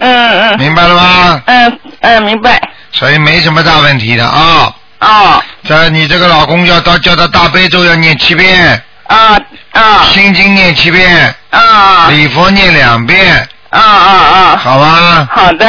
[SPEAKER 5] 嗯嗯
[SPEAKER 1] 明白了吗？
[SPEAKER 5] 嗯嗯，明白，
[SPEAKER 1] 所以没什么大问题的啊。
[SPEAKER 5] 哦
[SPEAKER 1] 这你这个老公要到叫他大悲咒要念七遍，
[SPEAKER 5] 啊啊
[SPEAKER 1] 心经念七遍，
[SPEAKER 5] 啊
[SPEAKER 1] 礼佛念两遍，
[SPEAKER 5] 啊啊啊，
[SPEAKER 1] 好吧？
[SPEAKER 5] 好的，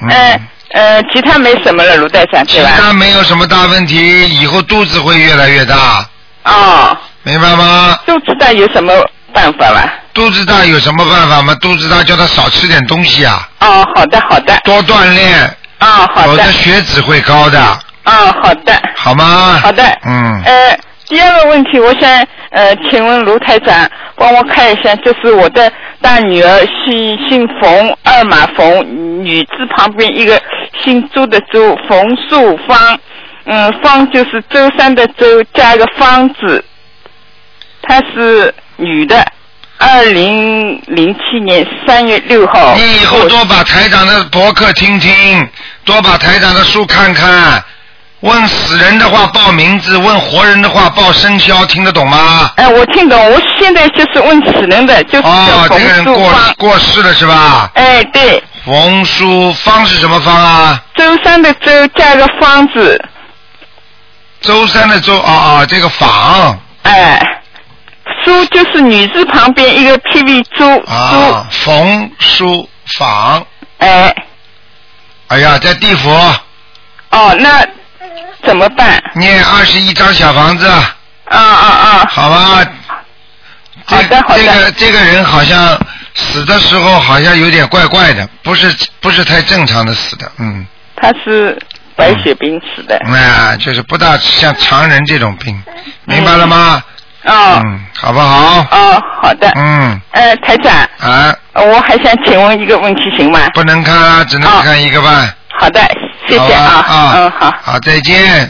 [SPEAKER 1] 嗯
[SPEAKER 5] 呃呃，其他没什么了，卢台长
[SPEAKER 1] 其
[SPEAKER 5] 对吧？
[SPEAKER 1] 他没有什么大问题，以后肚子会越来越大，
[SPEAKER 5] 哦，
[SPEAKER 1] 明白吗？
[SPEAKER 5] 都知道有什么办法了？
[SPEAKER 1] 肚子大有什么办法吗？肚子大叫他少吃点东西啊，
[SPEAKER 5] 哦，好的好的，
[SPEAKER 1] 多锻炼，
[SPEAKER 5] 哦好
[SPEAKER 1] 否
[SPEAKER 5] 的
[SPEAKER 1] 则，血脂会高的，
[SPEAKER 5] 哦好的。
[SPEAKER 1] 好吗？
[SPEAKER 5] 好的
[SPEAKER 1] 嗯，
[SPEAKER 5] 呃，第二个问题，我想呃，请问卢台长帮我看一下，就是我的大女儿姓姓冯，二马冯，女字旁边一个姓朱的朱，冯素芳，嗯，芳就是周三的周加一个芳字，她是女的，二零零七年三月六号。
[SPEAKER 1] 你以后多把台长的博客听听，多把台长的书看看。问死人的话报名字，问活人的话报生肖，听得懂吗？
[SPEAKER 5] 哎，我听懂，我现在就是问死人的，就是
[SPEAKER 1] 哦，
[SPEAKER 5] 叫冯
[SPEAKER 1] 这个人
[SPEAKER 5] 素
[SPEAKER 1] 过
[SPEAKER 5] 芳。
[SPEAKER 1] 过世了是吧？
[SPEAKER 5] 哎，对。
[SPEAKER 1] 冯淑芳是什么芳啊？
[SPEAKER 5] 周三的周加个方字，
[SPEAKER 1] 周三的周，哦哦，这个坊
[SPEAKER 5] 哎，书就是女字旁边一个 PV 猪
[SPEAKER 1] 啊
[SPEAKER 5] 猪，，
[SPEAKER 1] 冯淑坊。
[SPEAKER 5] 哎，
[SPEAKER 1] 哎呀，在地府
[SPEAKER 5] 哦，那怎么办？
[SPEAKER 1] 念二十一张小房子，
[SPEAKER 5] 啊啊啊！
[SPEAKER 1] 好吧？这
[SPEAKER 5] 好的好的
[SPEAKER 1] 这个这个人好像死的时候好像有点怪怪的，不是不是太正常的死的，嗯，
[SPEAKER 5] 他是白血病死的，嗯
[SPEAKER 1] 那、就是不大像常人这种病，明白了吗？
[SPEAKER 5] 哦
[SPEAKER 1] 嗯，好不好？
[SPEAKER 5] 哦，好的，
[SPEAKER 1] 嗯，
[SPEAKER 5] 呃，台长，
[SPEAKER 1] 啊，
[SPEAKER 5] 我还想请问一个问题，行吗？
[SPEAKER 1] 不能看啊，只能
[SPEAKER 5] 哦
[SPEAKER 1] 看一个半。
[SPEAKER 5] 好的，谢
[SPEAKER 1] 好
[SPEAKER 5] 谢
[SPEAKER 1] 吧
[SPEAKER 5] 啊，
[SPEAKER 1] 啊，
[SPEAKER 5] 嗯，好，
[SPEAKER 1] 再见。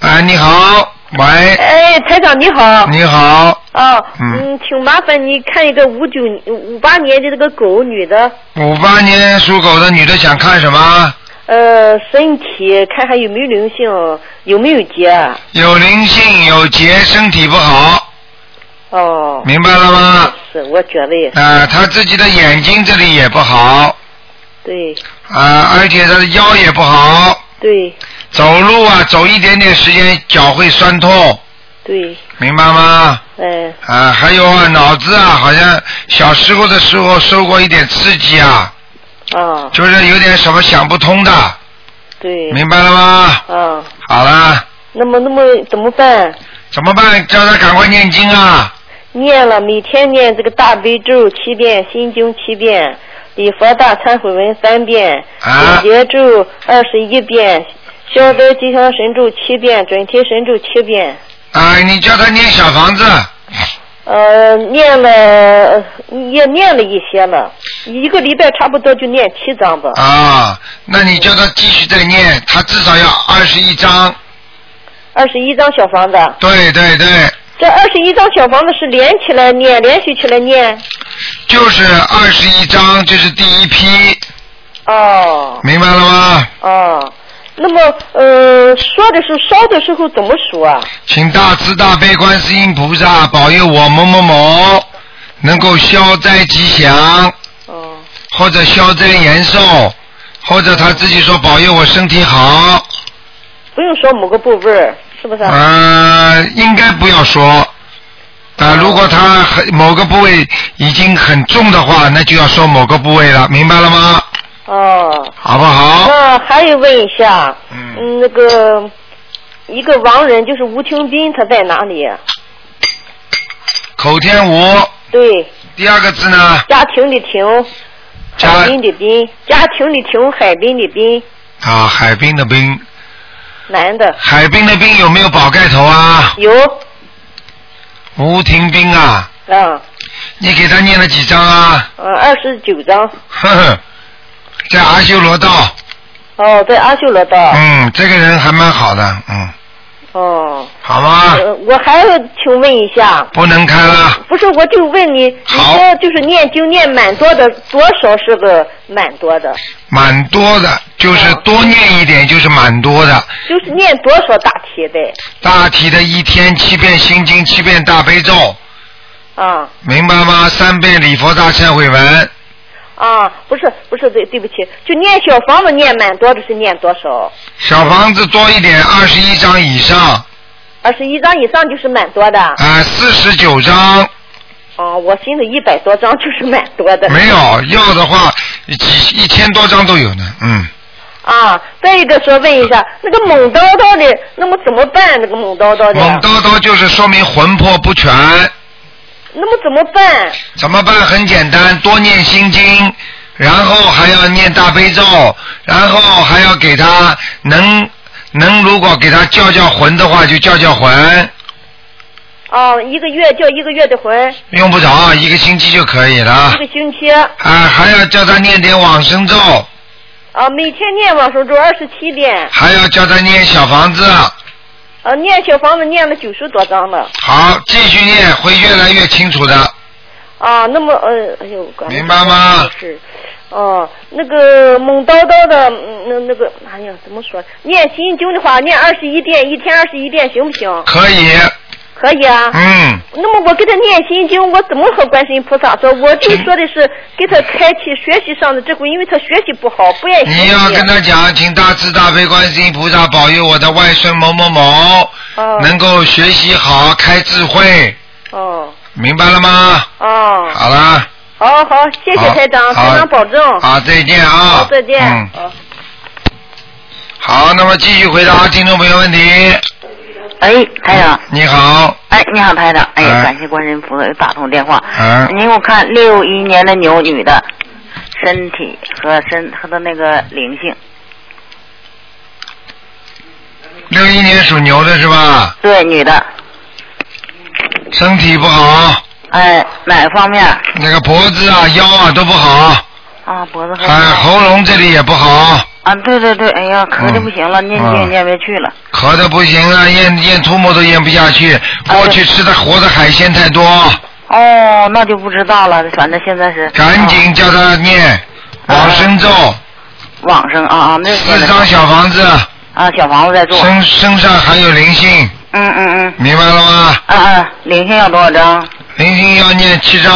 [SPEAKER 1] 哎，你好，喂，
[SPEAKER 6] 哎，台长你好。
[SPEAKER 1] 你好，
[SPEAKER 6] 哦，
[SPEAKER 1] 嗯
[SPEAKER 6] 嗯，请麻烦你看一个五九五八年的这个狗女的，
[SPEAKER 1] 五八年属狗的女的想看什么？
[SPEAKER 6] 呃，身体看看有没有灵性，有没有结啊？
[SPEAKER 1] 有灵性，有劫，身体不好，
[SPEAKER 6] 哦，
[SPEAKER 1] 明白了吗？
[SPEAKER 6] 是，我觉得也
[SPEAKER 1] 啊、她自己的眼睛这里也不好，
[SPEAKER 6] 对
[SPEAKER 1] 啊、而且她的腰也不好，
[SPEAKER 6] 对
[SPEAKER 1] 走路啊，走一点点时间脚会酸痛，
[SPEAKER 6] 对，
[SPEAKER 1] 明白吗？
[SPEAKER 6] 哎，
[SPEAKER 1] 啊，还有啊，脑子啊，好像小时候的时候受过一点刺激啊，
[SPEAKER 6] 啊，
[SPEAKER 1] 就是有点什么想不通的，
[SPEAKER 6] 对，
[SPEAKER 1] 明白了吗？
[SPEAKER 6] 啊，
[SPEAKER 1] 好了，
[SPEAKER 6] 那么那么怎么办？
[SPEAKER 1] 怎么办？叫他赶快念经啊！
[SPEAKER 6] 念了，每天念这个大悲咒七遍，心经七遍，礼佛大忏悔文三遍，
[SPEAKER 1] 啊
[SPEAKER 6] 解结咒二十一遍，消灾吉祥神咒七遍，准提神咒七遍。
[SPEAKER 1] 啊，你叫他念小房子，
[SPEAKER 6] 呃，念了呃也念了一些了，一个礼拜差不多就念七章吧。
[SPEAKER 1] 啊，那你叫他继续再念，他至少要二十一章。
[SPEAKER 6] 二十一张小房子，
[SPEAKER 1] 对对对，
[SPEAKER 6] 这二十一张小房子是连起来念，连续起来念。
[SPEAKER 1] 就是二十一章，这是第一批。
[SPEAKER 6] 哦。
[SPEAKER 1] 明白了吗？
[SPEAKER 6] 哦，那么呃，说的是烧的时候怎么数啊？
[SPEAKER 1] 请大慈大悲观世音菩萨保佑我某某某能够消灾吉祥，
[SPEAKER 6] 哦，
[SPEAKER 1] 或者消灾延寿，或者他自己说保佑我身体好。
[SPEAKER 6] 不用说某个部位儿，是不是啊？
[SPEAKER 1] 呃，应该不要说。啊、如果他很某个部位已经很重的话，那就要说某个部位了，明白了吗？
[SPEAKER 6] 哦。
[SPEAKER 1] 好不好？
[SPEAKER 6] 那还有问一下，嗯，那个一个亡人就是吴清斌，他在哪里？啊
[SPEAKER 1] 口天吴，
[SPEAKER 6] 对，
[SPEAKER 1] 第二个字呢？
[SPEAKER 6] 家庭的庭，海滨的滨，家庭的庭，海滨的滨，
[SPEAKER 1] 啊，海滨的滨，
[SPEAKER 6] 男的。
[SPEAKER 1] 海滨的滨有没有宝盖头啊？
[SPEAKER 6] 有，
[SPEAKER 1] 吴廷斌啊，
[SPEAKER 6] 嗯，
[SPEAKER 1] 你给他念了几张啊？
[SPEAKER 6] 呃，二十九章。
[SPEAKER 1] 呵呵， 在阿修罗道，
[SPEAKER 6] 哦，在阿修罗道。
[SPEAKER 1] 嗯，这个人还蛮好的，嗯，
[SPEAKER 6] 哦。
[SPEAKER 1] 好吗？
[SPEAKER 6] 呃我还要请问一下，
[SPEAKER 1] 不能看了，
[SPEAKER 6] 不是，我就问你，你说就是念经念蛮多的，多少是个蛮多的？
[SPEAKER 1] 蛮多的，就是多念一点，就是蛮多的。
[SPEAKER 6] 就是念多少大体的？
[SPEAKER 1] 大体的一天七遍心经，七遍大悲咒，
[SPEAKER 6] 啊
[SPEAKER 1] 明白吗？三遍礼佛大忏悔文，
[SPEAKER 6] 啊，不是不是，对对不起，就念小房子念蛮多的是念多少？
[SPEAKER 1] 小房子多一点，二十一张以上，
[SPEAKER 6] 二十一张以上就是蛮多的。
[SPEAKER 1] 啊，四十九张
[SPEAKER 6] 啊，我寻思一百多张就是蛮多的。
[SPEAKER 1] 没有，要的话几一千多张都有呢，嗯。
[SPEAKER 6] 啊，再一个说问一下，那个猛叨叨的，那么怎么办？那个猛叨叨的，
[SPEAKER 1] 猛叨叨就是说明魂魄不全，
[SPEAKER 6] 那么怎么办？
[SPEAKER 1] 怎么办？很简单，多念心经，然后还要念大悲咒，然后还要给他能能如果给他叫叫魂的话，就叫叫魂，
[SPEAKER 6] 哦，一个月叫一个月的魂，
[SPEAKER 1] 用不着一个星期就可以了
[SPEAKER 6] 一。个星期
[SPEAKER 1] 啊，还要叫他念点往生咒，
[SPEAKER 6] 啊，每天念往生咒二十七遍，
[SPEAKER 1] 还要叫他念小房子。
[SPEAKER 6] 呃、念小房子念了九十多章了。
[SPEAKER 1] 好，继续念，会越来越清楚的。
[SPEAKER 6] 啊，那么呃，哎呦，刚才
[SPEAKER 1] 明白吗
[SPEAKER 6] 是，哦，那个猛叨叨的，嗯那那个，哎呀，怎么说？念心经的话，念二十一遍，一天二十一遍，行不行？
[SPEAKER 1] 可以，
[SPEAKER 6] 可以啊。
[SPEAKER 1] 嗯，
[SPEAKER 6] 那么我给他念心经，我怎么和观世音菩萨说？我就说的是给他开启学习上的智慧，因为他学习不好，不愿意学习。
[SPEAKER 1] 你要跟他讲，请大慈大悲观世音菩萨保佑我的外孙某某某
[SPEAKER 6] 哦
[SPEAKER 1] 能够学习好、开智慧，
[SPEAKER 6] 哦
[SPEAKER 1] 明白了吗？
[SPEAKER 6] 哦，
[SPEAKER 1] 好啦，
[SPEAKER 6] 好好，谢谢
[SPEAKER 1] 好
[SPEAKER 6] 台长，
[SPEAKER 1] 好
[SPEAKER 6] 台长保重。
[SPEAKER 1] 好，再见啊
[SPEAKER 6] 好，！再见。
[SPEAKER 1] 嗯，
[SPEAKER 6] 好
[SPEAKER 1] 好，那么继续回答听众朋友问题。
[SPEAKER 7] 哎，台长，
[SPEAKER 1] 你好，
[SPEAKER 7] 哎，你好，台长，哎呀，
[SPEAKER 1] 哎
[SPEAKER 7] 感谢观世音菩萨又打通电话。
[SPEAKER 1] 嗯，
[SPEAKER 7] 您给我看六一年的牛女的身体和身和她那个灵性，
[SPEAKER 1] 六一年属牛的是吧？
[SPEAKER 7] 对，女的，
[SPEAKER 1] 身体不好，
[SPEAKER 7] 哎，哪方面？
[SPEAKER 1] 那个脖子啊、腰啊都不好，
[SPEAKER 7] 啊，脖子和
[SPEAKER 1] 还、喉咙这里也不好，
[SPEAKER 7] 啊，对对对，哎呀，咳的
[SPEAKER 1] 嗯
[SPEAKER 7] 不行了，念
[SPEAKER 1] 啊
[SPEAKER 7] 经念不下去了。
[SPEAKER 1] 咳的不行啊，咽咽吐沫都咽不下去。过去吃的活的海鲜太多，
[SPEAKER 7] 哦，那就不知道了，反正现在是
[SPEAKER 1] 赶紧叫他念
[SPEAKER 7] 啊
[SPEAKER 1] 往生咒，
[SPEAKER 7] 网上啊啊，那
[SPEAKER 1] 四张小房子，
[SPEAKER 7] 啊，小房子在做。
[SPEAKER 1] 身身上还有灵性，
[SPEAKER 7] 嗯嗯嗯，
[SPEAKER 1] 明白了吗？
[SPEAKER 7] 啊啊，灵性要多少张？
[SPEAKER 1] 灵性要念七张，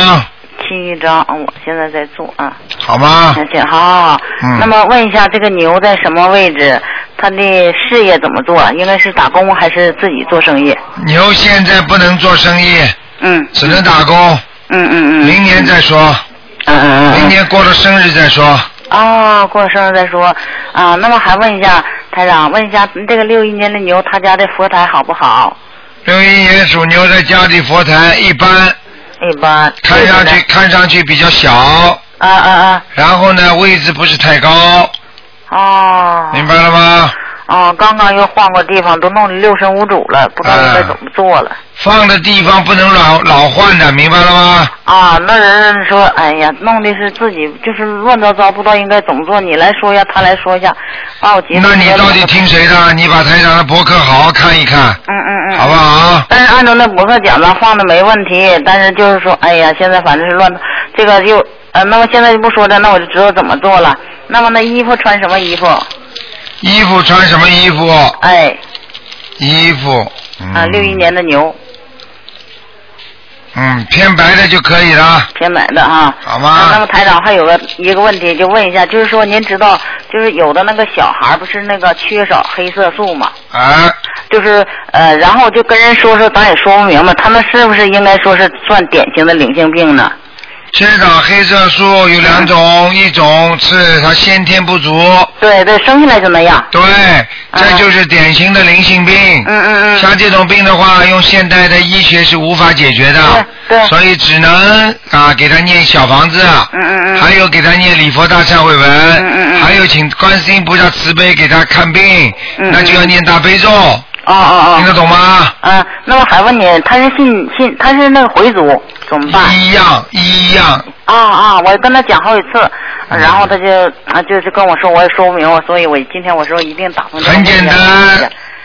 [SPEAKER 7] 七张，啊我现在在做啊。
[SPEAKER 1] 好吗？
[SPEAKER 7] 行行，好好好。
[SPEAKER 1] 嗯
[SPEAKER 7] 那么问一下，这个牛在什么位置？他的事业怎么做？应该是打工还是自己做生意？
[SPEAKER 1] 牛现在不能做生意，
[SPEAKER 7] 嗯
[SPEAKER 1] 只能打工，
[SPEAKER 7] 嗯嗯嗯。
[SPEAKER 1] 明年再说，
[SPEAKER 7] 嗯嗯嗯。
[SPEAKER 1] 明年过了生日再说。嗯
[SPEAKER 7] 啊、哦，过生日再说啊。那么还问一下台长，问一下嗯这个六一年的牛，他家的佛台好不好？
[SPEAKER 1] 六一年属牛的家里佛台一般，
[SPEAKER 7] 一般。
[SPEAKER 1] 看上去看上去比较小，
[SPEAKER 7] 啊啊
[SPEAKER 1] 然后呢位置不是太高，
[SPEAKER 7] 啊！哦。
[SPEAKER 1] 明白了吗？
[SPEAKER 7] 哦，刚刚又换过地方，都弄得六神无主了，不知道
[SPEAKER 1] 嗯
[SPEAKER 7] 应该怎么做了。
[SPEAKER 1] 放的地方不能老老换的，明白了吗？
[SPEAKER 7] 啊，那人说，哎呀，弄的是自己就是乱糟糟，不知道应该怎么做。你来说一下，他来说一下，把我急
[SPEAKER 1] 那你到底听谁的？你把台长的博客好好看一看，
[SPEAKER 7] 嗯嗯嗯，
[SPEAKER 1] 好啊不。好？
[SPEAKER 7] 但是按照那博客讲的放的没问题，但是就是说，哎呀，现在反正是乱，这个就呃，那么现在就不说了，那我就知道怎么做了。那么那衣服穿什么衣服？啊
[SPEAKER 1] 衣服穿什么衣服？
[SPEAKER 7] 哎，
[SPEAKER 1] 衣服。嗯、
[SPEAKER 7] 啊，六一年的牛，
[SPEAKER 1] 嗯，偏白的就可以了。
[SPEAKER 7] 偏白的啊。
[SPEAKER 1] 好
[SPEAKER 7] 啊，那么
[SPEAKER 1] 吗？
[SPEAKER 7] 台长还有个一个问题，就问一下，就是说您知道，就是有的那个小孩儿不是那个缺少黑色素嘛，
[SPEAKER 1] 啊，
[SPEAKER 7] 就是呃，然后就跟人说说，咱也说不明白，他们是不是应该说是算典型的灵性病呢？
[SPEAKER 1] 缺少黑色素有两种，一种是他先天不足，
[SPEAKER 7] 嗯对对，生下来就那样。
[SPEAKER 1] 对，这就是典型的灵性病。
[SPEAKER 7] 嗯嗯嗯。
[SPEAKER 1] 像这种病的话，用现代的医学是无法解决的，
[SPEAKER 7] 对对
[SPEAKER 1] 所以只能啊给他念小房子，
[SPEAKER 7] 嗯嗯嗯。
[SPEAKER 1] 还有给他念礼佛大忏悔文，
[SPEAKER 7] 嗯嗯
[SPEAKER 1] 还有请观世音菩萨慈悲给他看病，
[SPEAKER 7] 嗯
[SPEAKER 1] 那就要念大悲咒，
[SPEAKER 7] 哦哦哦。
[SPEAKER 1] 听得懂吗？
[SPEAKER 7] 嗯，那么还问你，他是信信，他是那个回族，怎么办？
[SPEAKER 1] 一样一样，
[SPEAKER 7] 啊啊！我跟他讲好几次，然后他就啊，就是跟我说，我也说不明白，所以我今天我说一定打通。
[SPEAKER 1] 很简单。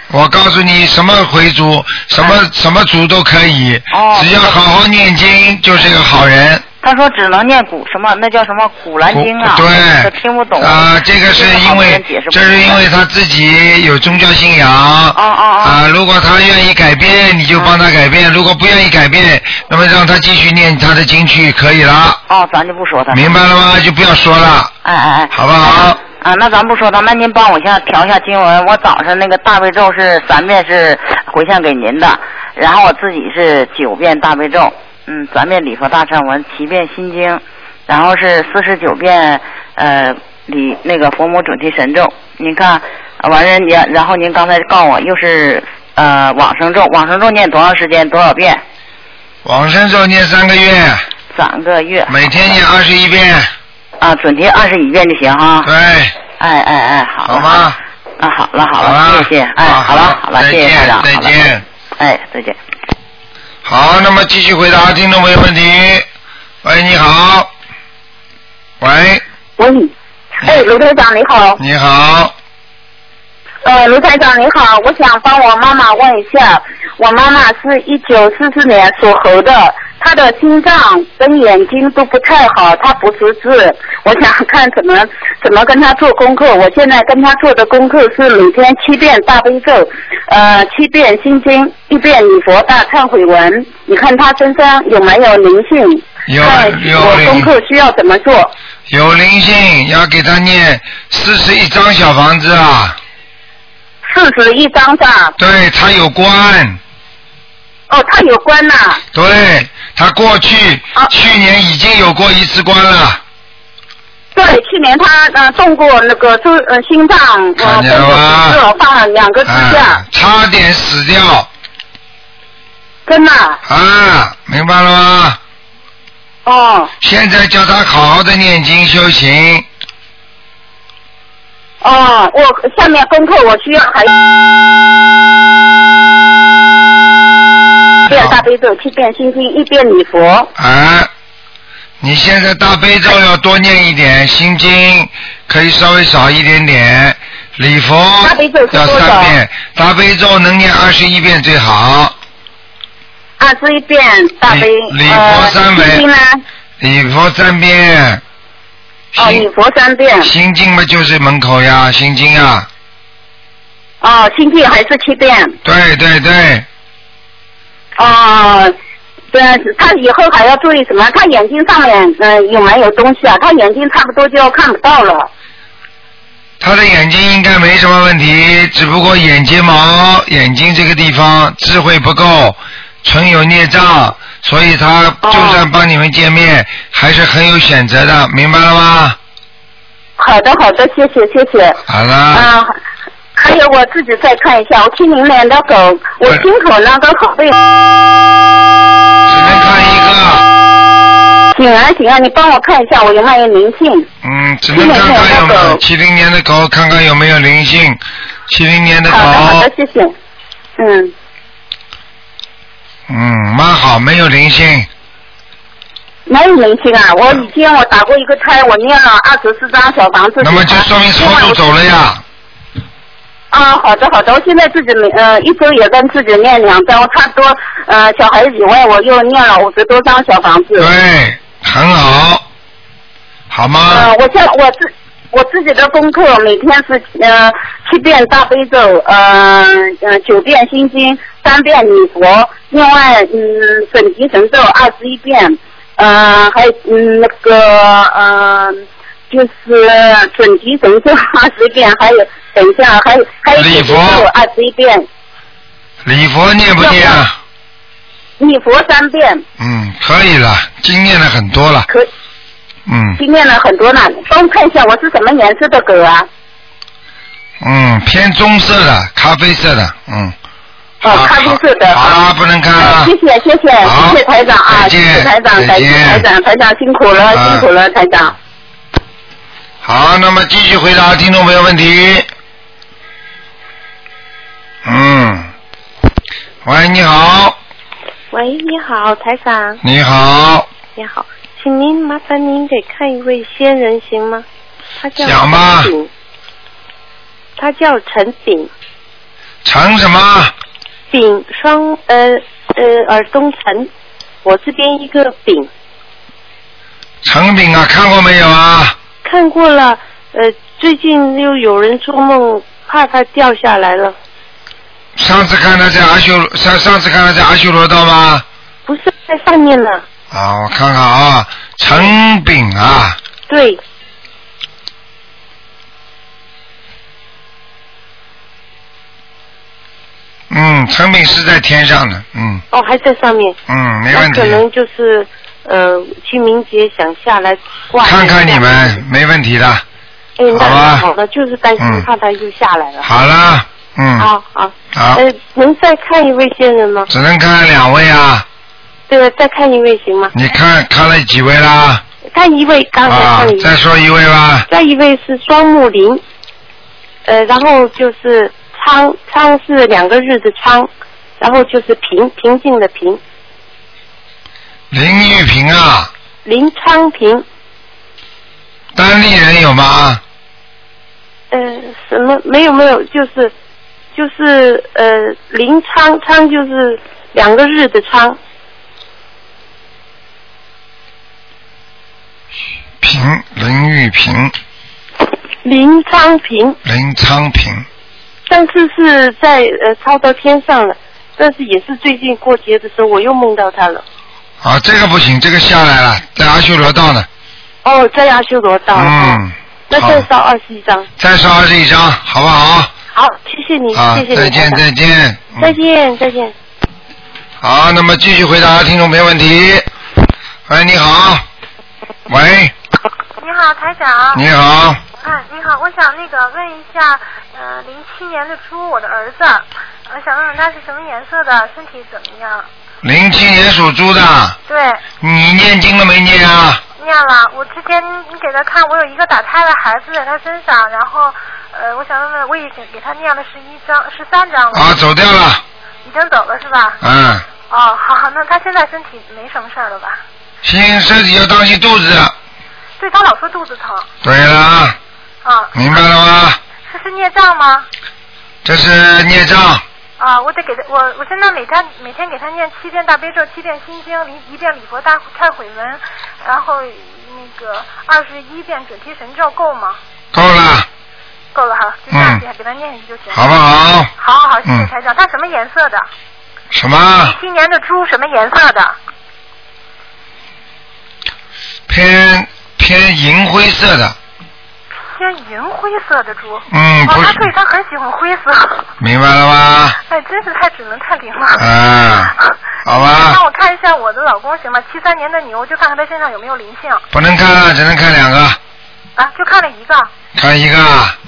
[SPEAKER 1] 我告诉你，什么回族，什么、什么族都可以，
[SPEAKER 7] 嗯哦
[SPEAKER 1] 只要好好念经，就是个好人。
[SPEAKER 7] 他说只能念古什么，那叫什么古兰经啊？我
[SPEAKER 1] 对，
[SPEAKER 7] 听不懂
[SPEAKER 1] 啊，这个是
[SPEAKER 7] 这个好
[SPEAKER 1] 因为
[SPEAKER 7] 多人解释，不
[SPEAKER 1] 这是因为
[SPEAKER 7] 明白
[SPEAKER 1] 他自己有宗教信仰。
[SPEAKER 7] 哦哦哦
[SPEAKER 1] 啊，如果他愿意改变，你就帮他改变；如果不愿意改变，那么让他继续念他的经去，可以了。
[SPEAKER 7] 哦，咱就不说他。
[SPEAKER 1] 明白了吗？就不要说了，
[SPEAKER 7] 哎哎哎，
[SPEAKER 1] 好不好？
[SPEAKER 7] 啊，那咱不说他，那您帮我一下调一下经文。我早上那个大悲咒是三遍是回向给您的，然后我自己是九遍大悲咒，嗯，三遍礼佛大忏文，七遍心经，然后是四十九遍呃礼那个佛母准提神咒。您看，啊完了您，然后您刚才告我又是呃往生咒，往生咒念多长时间多少遍？
[SPEAKER 1] 往生咒念三个月，
[SPEAKER 7] 三个月
[SPEAKER 1] 每天念二十一遍，
[SPEAKER 7] 啊，准提二十一遍就行哈。
[SPEAKER 1] 对，
[SPEAKER 7] 哎哎哎，好
[SPEAKER 1] 好
[SPEAKER 7] 了。
[SPEAKER 1] 吗？
[SPEAKER 7] 啊，好了好了，
[SPEAKER 1] 了，
[SPEAKER 7] 谢谢，哎，好了好了，
[SPEAKER 1] 再
[SPEAKER 7] 谢谢台
[SPEAKER 1] 见
[SPEAKER 7] 长，
[SPEAKER 1] 再
[SPEAKER 7] 好了，
[SPEAKER 1] 见。
[SPEAKER 7] 哎，再见。
[SPEAKER 1] 好，那么继续回答听众朋友问题。喂，你好。喂，
[SPEAKER 2] 喂，哎，卢台长你好，
[SPEAKER 1] 嗯你好。
[SPEAKER 2] 呃，卢台长你好，我想帮我妈妈问一下，我妈妈是一九四四年属猴的，她的心脏跟眼睛都不太好，她不识字，我想看怎么怎么跟她做功课。我现在跟她做的功课是每天七遍大悲咒，呃，七遍心经，一遍礼佛大忏悔文。你看她身上有没有灵性？
[SPEAKER 1] 有
[SPEAKER 2] 看哎
[SPEAKER 1] 有
[SPEAKER 2] 我功
[SPEAKER 1] 灵
[SPEAKER 2] 课需要怎么做？
[SPEAKER 1] 有灵性，要给他念四十一张小房子啊。
[SPEAKER 2] 四十一张吧。
[SPEAKER 1] 对他有关，
[SPEAKER 2] 哦，她有关呐、
[SPEAKER 1] 对他过去、
[SPEAKER 2] 啊
[SPEAKER 1] 去年已经有过一次关了，
[SPEAKER 2] 对，去年他呃动过那个就呃心 脏，
[SPEAKER 1] 看
[SPEAKER 2] 呃
[SPEAKER 1] 见了吗
[SPEAKER 2] 动过放了两个支架
[SPEAKER 1] 啊，，差点死掉
[SPEAKER 2] 真的
[SPEAKER 1] 啊，明白了吗？
[SPEAKER 2] 哦
[SPEAKER 1] 现在叫他好好的念经修行，
[SPEAKER 2] 哦，我下面功课我需要还七遍大悲咒，七遍心经，一遍礼佛。
[SPEAKER 1] 啊，你现在大悲咒要多念一点，心经可以稍微少一点点，礼佛
[SPEAKER 2] 大悲咒是
[SPEAKER 1] 要
[SPEAKER 2] 多少
[SPEAKER 1] 三遍，大悲咒能念二十一遍最好。
[SPEAKER 2] 二十一遍大悲
[SPEAKER 1] 礼礼，佛
[SPEAKER 2] 呃，
[SPEAKER 1] 三
[SPEAKER 2] 心
[SPEAKER 1] 枚
[SPEAKER 2] 经呢？
[SPEAKER 1] 礼佛三遍，
[SPEAKER 2] 哦，礼
[SPEAKER 1] 心
[SPEAKER 2] 佛三遍，
[SPEAKER 1] 心经嘛就是门口呀，心经啊呀，
[SPEAKER 2] 哦，心经还是七遍，
[SPEAKER 1] 对对对，
[SPEAKER 2] 哦，对，他以后还要注意什么？他眼睛上面嗯、呃有没有东西啊？他眼睛差不多就要看不到了。
[SPEAKER 1] 他的眼睛应该没什么问题，只不过眼睫毛、眼睛这个地方智慧不够，存有孽障，所以他
[SPEAKER 2] 哦
[SPEAKER 1] 就算帮你们见面，还是很有选择的，明白了吗？
[SPEAKER 2] 好的，好的，谢谢，谢谢。
[SPEAKER 1] 好了，
[SPEAKER 2] 啊，还有我自己再看一下，我七零年的狗，我
[SPEAKER 1] 对
[SPEAKER 2] 心口那个口被。
[SPEAKER 1] 只能看一个，
[SPEAKER 2] 行啊行啊，你帮我看一下我有没有灵性？
[SPEAKER 1] 嗯，只能看看有没有七零年的狗，看看有没有灵性，七零年的
[SPEAKER 2] 好的好
[SPEAKER 1] 狗
[SPEAKER 2] 的，，谢谢。嗯，
[SPEAKER 1] 嗯，蛮好，没有灵性。
[SPEAKER 2] 没有灵性啊！我以前我打过一个胎，我念了二十四张小房子。
[SPEAKER 1] 那么就说明超度走了呀。
[SPEAKER 2] 啊，好的好的，我现在自己每呃一周也跟自己念两张，我差不多呃小孩子以外我又念了五十多张小房子。
[SPEAKER 1] 对，很好，好吗？
[SPEAKER 2] 啊呃，我现我自我自己的功课每天是呃七遍大悲咒，呃呃九遍心经，三遍礼佛，另外嗯准提神咒二十一遍，呃还有嗯那个呃就是准提神咒 二十遍，还有等一下还有还有
[SPEAKER 1] 礼
[SPEAKER 2] 准提
[SPEAKER 1] 佛
[SPEAKER 2] 咒二十一遍，
[SPEAKER 1] 礼佛念不念啊？
[SPEAKER 2] 礼佛三遍，
[SPEAKER 1] 嗯，可以了，经念了很多了。
[SPEAKER 2] 可
[SPEAKER 1] 嗯
[SPEAKER 2] 今天了很多呢。帮我看一下我是什么颜色的狗啊？
[SPEAKER 1] 嗯，偏棕色的，咖啡色的，嗯。
[SPEAKER 2] 哦，咖啡色的。哎
[SPEAKER 1] 好了，不能看了。
[SPEAKER 2] 谢谢谢谢
[SPEAKER 1] 好
[SPEAKER 2] 谢谢台长啊，
[SPEAKER 1] 再
[SPEAKER 2] 谢
[SPEAKER 1] 见
[SPEAKER 2] 谢台长，
[SPEAKER 1] 再
[SPEAKER 2] 感
[SPEAKER 1] 见
[SPEAKER 2] 谢台长，台长辛苦了
[SPEAKER 1] 啊
[SPEAKER 2] 辛苦了台长。
[SPEAKER 1] 好，那么继续回答听众朋友问题。嗯，喂，你好，
[SPEAKER 6] 喂，你好，台长，
[SPEAKER 1] 你好，
[SPEAKER 6] 你好，请您麻烦您给看一位仙人行吗？他叫
[SPEAKER 1] 讲吧
[SPEAKER 6] 陈炳，他叫陈炳，
[SPEAKER 1] 成什么？
[SPEAKER 6] 炳双呃呃耳东陈，我这边一个炳，
[SPEAKER 1] 成品啊，看过没有啊？
[SPEAKER 6] 看过了，呃，最近又有人做梦怕他掉下来了，
[SPEAKER 1] 上次看他在阿修上上次看他在阿修罗道吗？
[SPEAKER 6] 不是在上面呢，
[SPEAKER 1] 啊，我看看啊，成品啊，
[SPEAKER 6] 对，
[SPEAKER 1] 嗯，成品是在天上的，嗯
[SPEAKER 6] 哦还在上面，
[SPEAKER 1] 嗯，没
[SPEAKER 6] 他
[SPEAKER 1] 问题
[SPEAKER 6] 可，能就是呃清明节想下来挂一下，
[SPEAKER 1] 看看你们没问题的，
[SPEAKER 6] 哎，那
[SPEAKER 1] 好吧
[SPEAKER 6] 那好了，就是担
[SPEAKER 1] 嗯
[SPEAKER 6] 心怕他又下来了。
[SPEAKER 1] 好了，嗯，
[SPEAKER 6] 好好，
[SPEAKER 1] 好，
[SPEAKER 6] 呃，能再看一位仙人吗？
[SPEAKER 1] 只能看两位啊，
[SPEAKER 6] 对，再看一位行吗？
[SPEAKER 1] 你看看了几位啦？
[SPEAKER 6] 看一位，刚才嗯
[SPEAKER 1] 啊
[SPEAKER 6] 看了，一位，
[SPEAKER 1] 再说一位吧。
[SPEAKER 6] 再一位是双木林，呃，然后就是昌，昌是两个日字昌，然后就是平平静的平，
[SPEAKER 1] 林玉萍啊，
[SPEAKER 6] 林昌平，
[SPEAKER 1] 单立人有吗？
[SPEAKER 6] 呃，什么没有没有，就是就是呃林昌昌就是两个日的昌，
[SPEAKER 1] 萍，林玉萍，
[SPEAKER 6] 林昌平，
[SPEAKER 1] 林昌平。
[SPEAKER 6] 上次是在呃超到天上了，但是也是最近过节的时候，我又梦到他了。
[SPEAKER 1] 啊，这个不行，这个下来了，在阿修罗道呢。
[SPEAKER 6] 哦，在阿修罗道。
[SPEAKER 1] 嗯
[SPEAKER 6] 哦，那
[SPEAKER 1] 好
[SPEAKER 6] 再烧二十一张。
[SPEAKER 1] 再烧二十一张，好不好？
[SPEAKER 6] 好，谢谢你，
[SPEAKER 1] 啊
[SPEAKER 6] 谢谢，你，
[SPEAKER 1] 再见，
[SPEAKER 6] 台
[SPEAKER 1] 再
[SPEAKER 6] 长
[SPEAKER 1] 见。嗯
[SPEAKER 6] 再见，再见。
[SPEAKER 1] 好，那么继续回答听众朋友问题。喂，你好。喂，
[SPEAKER 8] 你好，啊台长。
[SPEAKER 1] 你好，
[SPEAKER 8] 哎，你好，我想那个问一下，呃，零七年的猪，我的儿子，我想问问他是什么颜色的，身体怎么样？
[SPEAKER 1] 零七年属猪的，
[SPEAKER 8] 对，
[SPEAKER 1] 啊你念经了没念啊？
[SPEAKER 8] 念了。我之前你给他看，我有一个打胎的孩子在他身上，然后，呃，我想问问，我已经给他念了十一章、十三章了，
[SPEAKER 1] 啊，走掉了，
[SPEAKER 8] 已经走了是吧？
[SPEAKER 1] 嗯，
[SPEAKER 8] 哦，好，那他现在身体没什么事儿了吧？
[SPEAKER 1] 心身体要当心肚子。
[SPEAKER 8] 对他老说肚子疼
[SPEAKER 1] 对了，
[SPEAKER 8] 啊，
[SPEAKER 1] 明白了吗？
[SPEAKER 8] 这是孽障吗？
[SPEAKER 1] 这是孽障，
[SPEAKER 8] 啊，我得给他，我我现在每天每天给他念七遍大悲咒，七遍心经，一一遍礼佛大忏悔文，然后那个二十一遍准提神咒够吗？
[SPEAKER 1] 够了，嗯
[SPEAKER 8] 够了哈，就这样给他、给他念下去就行。
[SPEAKER 1] 好不好？
[SPEAKER 8] 好好好，谢谢
[SPEAKER 1] 嗯
[SPEAKER 8] 台长。他什么颜色的？
[SPEAKER 1] 什么
[SPEAKER 8] 今年的猪什么颜色的？
[SPEAKER 1] 偏偏银灰色的？
[SPEAKER 8] 偏银灰色的猪。
[SPEAKER 1] 嗯，
[SPEAKER 8] 哦
[SPEAKER 1] 不，
[SPEAKER 8] 他
[SPEAKER 1] 是，
[SPEAKER 8] 对他很喜欢灰色。
[SPEAKER 1] 明白了吗？
[SPEAKER 8] 哎，真是太准了，太灵了。
[SPEAKER 1] 啊，
[SPEAKER 8] 让
[SPEAKER 1] 好吧，
[SPEAKER 8] 我看一下我的老公行吗？七三年的牛，就看看他身上有没有灵性
[SPEAKER 1] 不能看了，只能看两个，
[SPEAKER 8] 啊，就看了一个。
[SPEAKER 1] 看一个，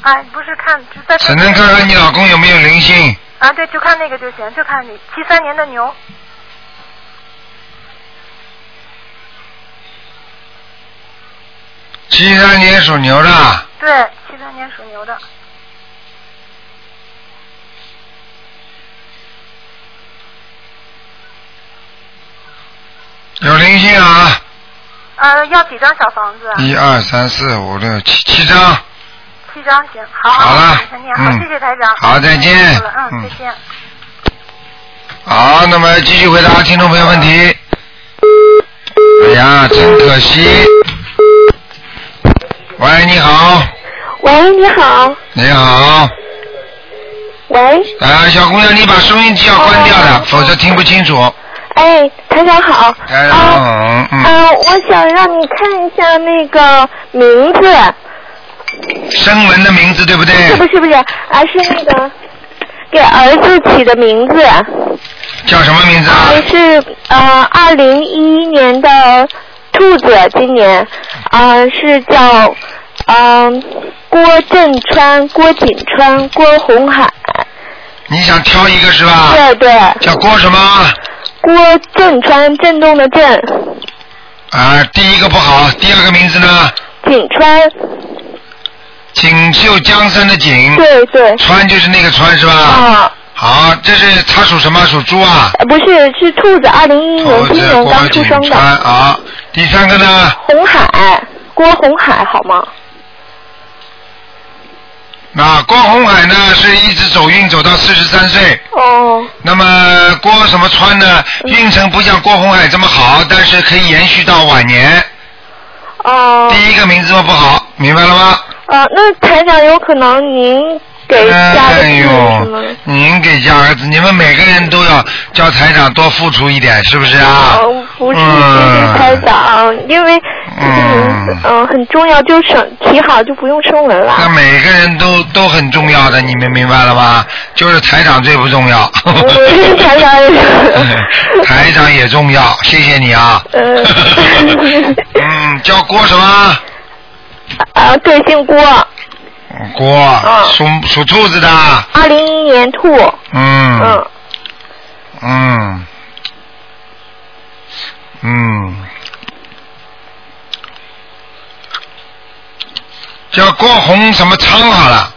[SPEAKER 8] 哎，不是看，就在
[SPEAKER 1] 只能看看你老公有没有灵性。
[SPEAKER 8] 啊，对，就看那个就行，就看你七三年的牛，
[SPEAKER 1] 七三年属牛
[SPEAKER 8] 啊
[SPEAKER 1] 的，
[SPEAKER 8] 对，七三年属牛的，
[SPEAKER 1] 有灵性啊！
[SPEAKER 8] 呃，要几张小房子啊？
[SPEAKER 1] 一二三四五六七七张，
[SPEAKER 8] 七张行，好，
[SPEAKER 1] 好了
[SPEAKER 8] 谢谢您好，
[SPEAKER 1] 嗯
[SPEAKER 8] 谢谢台长，
[SPEAKER 1] 好再见
[SPEAKER 8] 辛苦了嗯，
[SPEAKER 1] 嗯
[SPEAKER 8] 再见。
[SPEAKER 1] 好，那么继续回答听众朋友问题。哎呀，真可惜。喂，你好，
[SPEAKER 9] 喂，你好，
[SPEAKER 1] 你好，
[SPEAKER 9] 喂，哦
[SPEAKER 1] 啊，小姑娘，你把收音机要关掉了，否则听不清楚。
[SPEAKER 9] 哎，台长好，
[SPEAKER 1] 哎，嗯
[SPEAKER 9] 嗯、
[SPEAKER 1] 嗯，
[SPEAKER 9] 我想让你看一下那个名字，
[SPEAKER 1] 声纹的名字对不对？
[SPEAKER 9] 不是不是，而是那个给儿子起的名字，
[SPEAKER 1] 叫什么名字啊？
[SPEAKER 9] 还是呃二零一一年的兔子，今年，呃是叫嗯、郭振川、郭锦川、郭红海，
[SPEAKER 1] 你想挑一个是吧？
[SPEAKER 9] 对对，
[SPEAKER 1] 叫郭什么？
[SPEAKER 9] 郭振川，震动的震，
[SPEAKER 1] 啊，第一个不好，第二个名字呢？
[SPEAKER 9] 锦川，
[SPEAKER 1] 锦绣江山的锦。
[SPEAKER 9] 对对。
[SPEAKER 1] 川就是那个川是吧？
[SPEAKER 9] 啊。
[SPEAKER 1] 好，这是它属什么？属猪啊。
[SPEAKER 9] 呃不是是兔子，二零一一年
[SPEAKER 1] 猴
[SPEAKER 9] 今
[SPEAKER 1] 子
[SPEAKER 9] 年
[SPEAKER 1] 郭
[SPEAKER 9] 刚出
[SPEAKER 1] 锦
[SPEAKER 9] 生
[SPEAKER 1] 川
[SPEAKER 9] 的，
[SPEAKER 1] 啊。第三个呢？
[SPEAKER 9] 红海，郭红海好吗？
[SPEAKER 1] 啊，郭红海呢是一直走运走到四十三岁。
[SPEAKER 9] 哦。嗯
[SPEAKER 1] 那么郭什么川呢？运程不像郭红海这么好，但是可以延续到晚年。
[SPEAKER 9] 哦。
[SPEAKER 1] 第一个名字嘛不好，明白了吗？
[SPEAKER 9] 呃，那台长有可能您给加的
[SPEAKER 1] 哎
[SPEAKER 9] 字母什么
[SPEAKER 1] 呦，您给家儿子，你们每个人都要叫台长多付出一点，是不是啊？
[SPEAKER 9] 哦，不是，谢谢
[SPEAKER 1] 嗯
[SPEAKER 9] 台长，因为嗯嗯很重要，就省提好就不用声纹 了。
[SPEAKER 1] 那每个人都都很重要的，你们明白了吧？就是台长最不重要。
[SPEAKER 9] 台长也
[SPEAKER 1] 台长也重要，谢谢你啊。
[SPEAKER 9] 呃
[SPEAKER 1] 嗯，叫郭什么？
[SPEAKER 9] 啊，对，姓郭，嗯
[SPEAKER 1] 郭，
[SPEAKER 9] 啊
[SPEAKER 1] 属属兔子的。
[SPEAKER 9] 二零一一年兔，
[SPEAKER 1] 嗯
[SPEAKER 9] 嗯。
[SPEAKER 1] 嗯，嗯，叫郭红什么仓好了。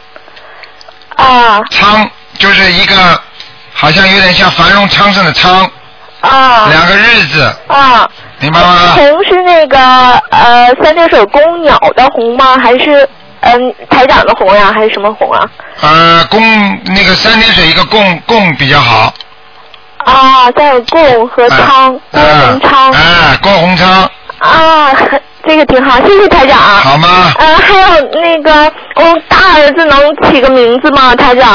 [SPEAKER 9] 啊。
[SPEAKER 1] 仓就是一个，好像有点像繁荣昌盛的昌。
[SPEAKER 9] 啊。
[SPEAKER 1] 两个日字，
[SPEAKER 9] 啊，
[SPEAKER 1] 明白吗？
[SPEAKER 9] 红是那个呃三点水公鸟的红吗？还是嗯、台长的红呀、还是什么红啊？
[SPEAKER 1] 呃，共那个三点水一个共共比较好。
[SPEAKER 9] 啊，带有贡和仓，
[SPEAKER 1] 郭红
[SPEAKER 9] 仓。
[SPEAKER 1] 哎，郭红仓。
[SPEAKER 9] 啊， 这个挺好，谢谢台长。
[SPEAKER 1] 好吗？
[SPEAKER 9] 呃，还有那个，我大儿子能起个名字吗，台长？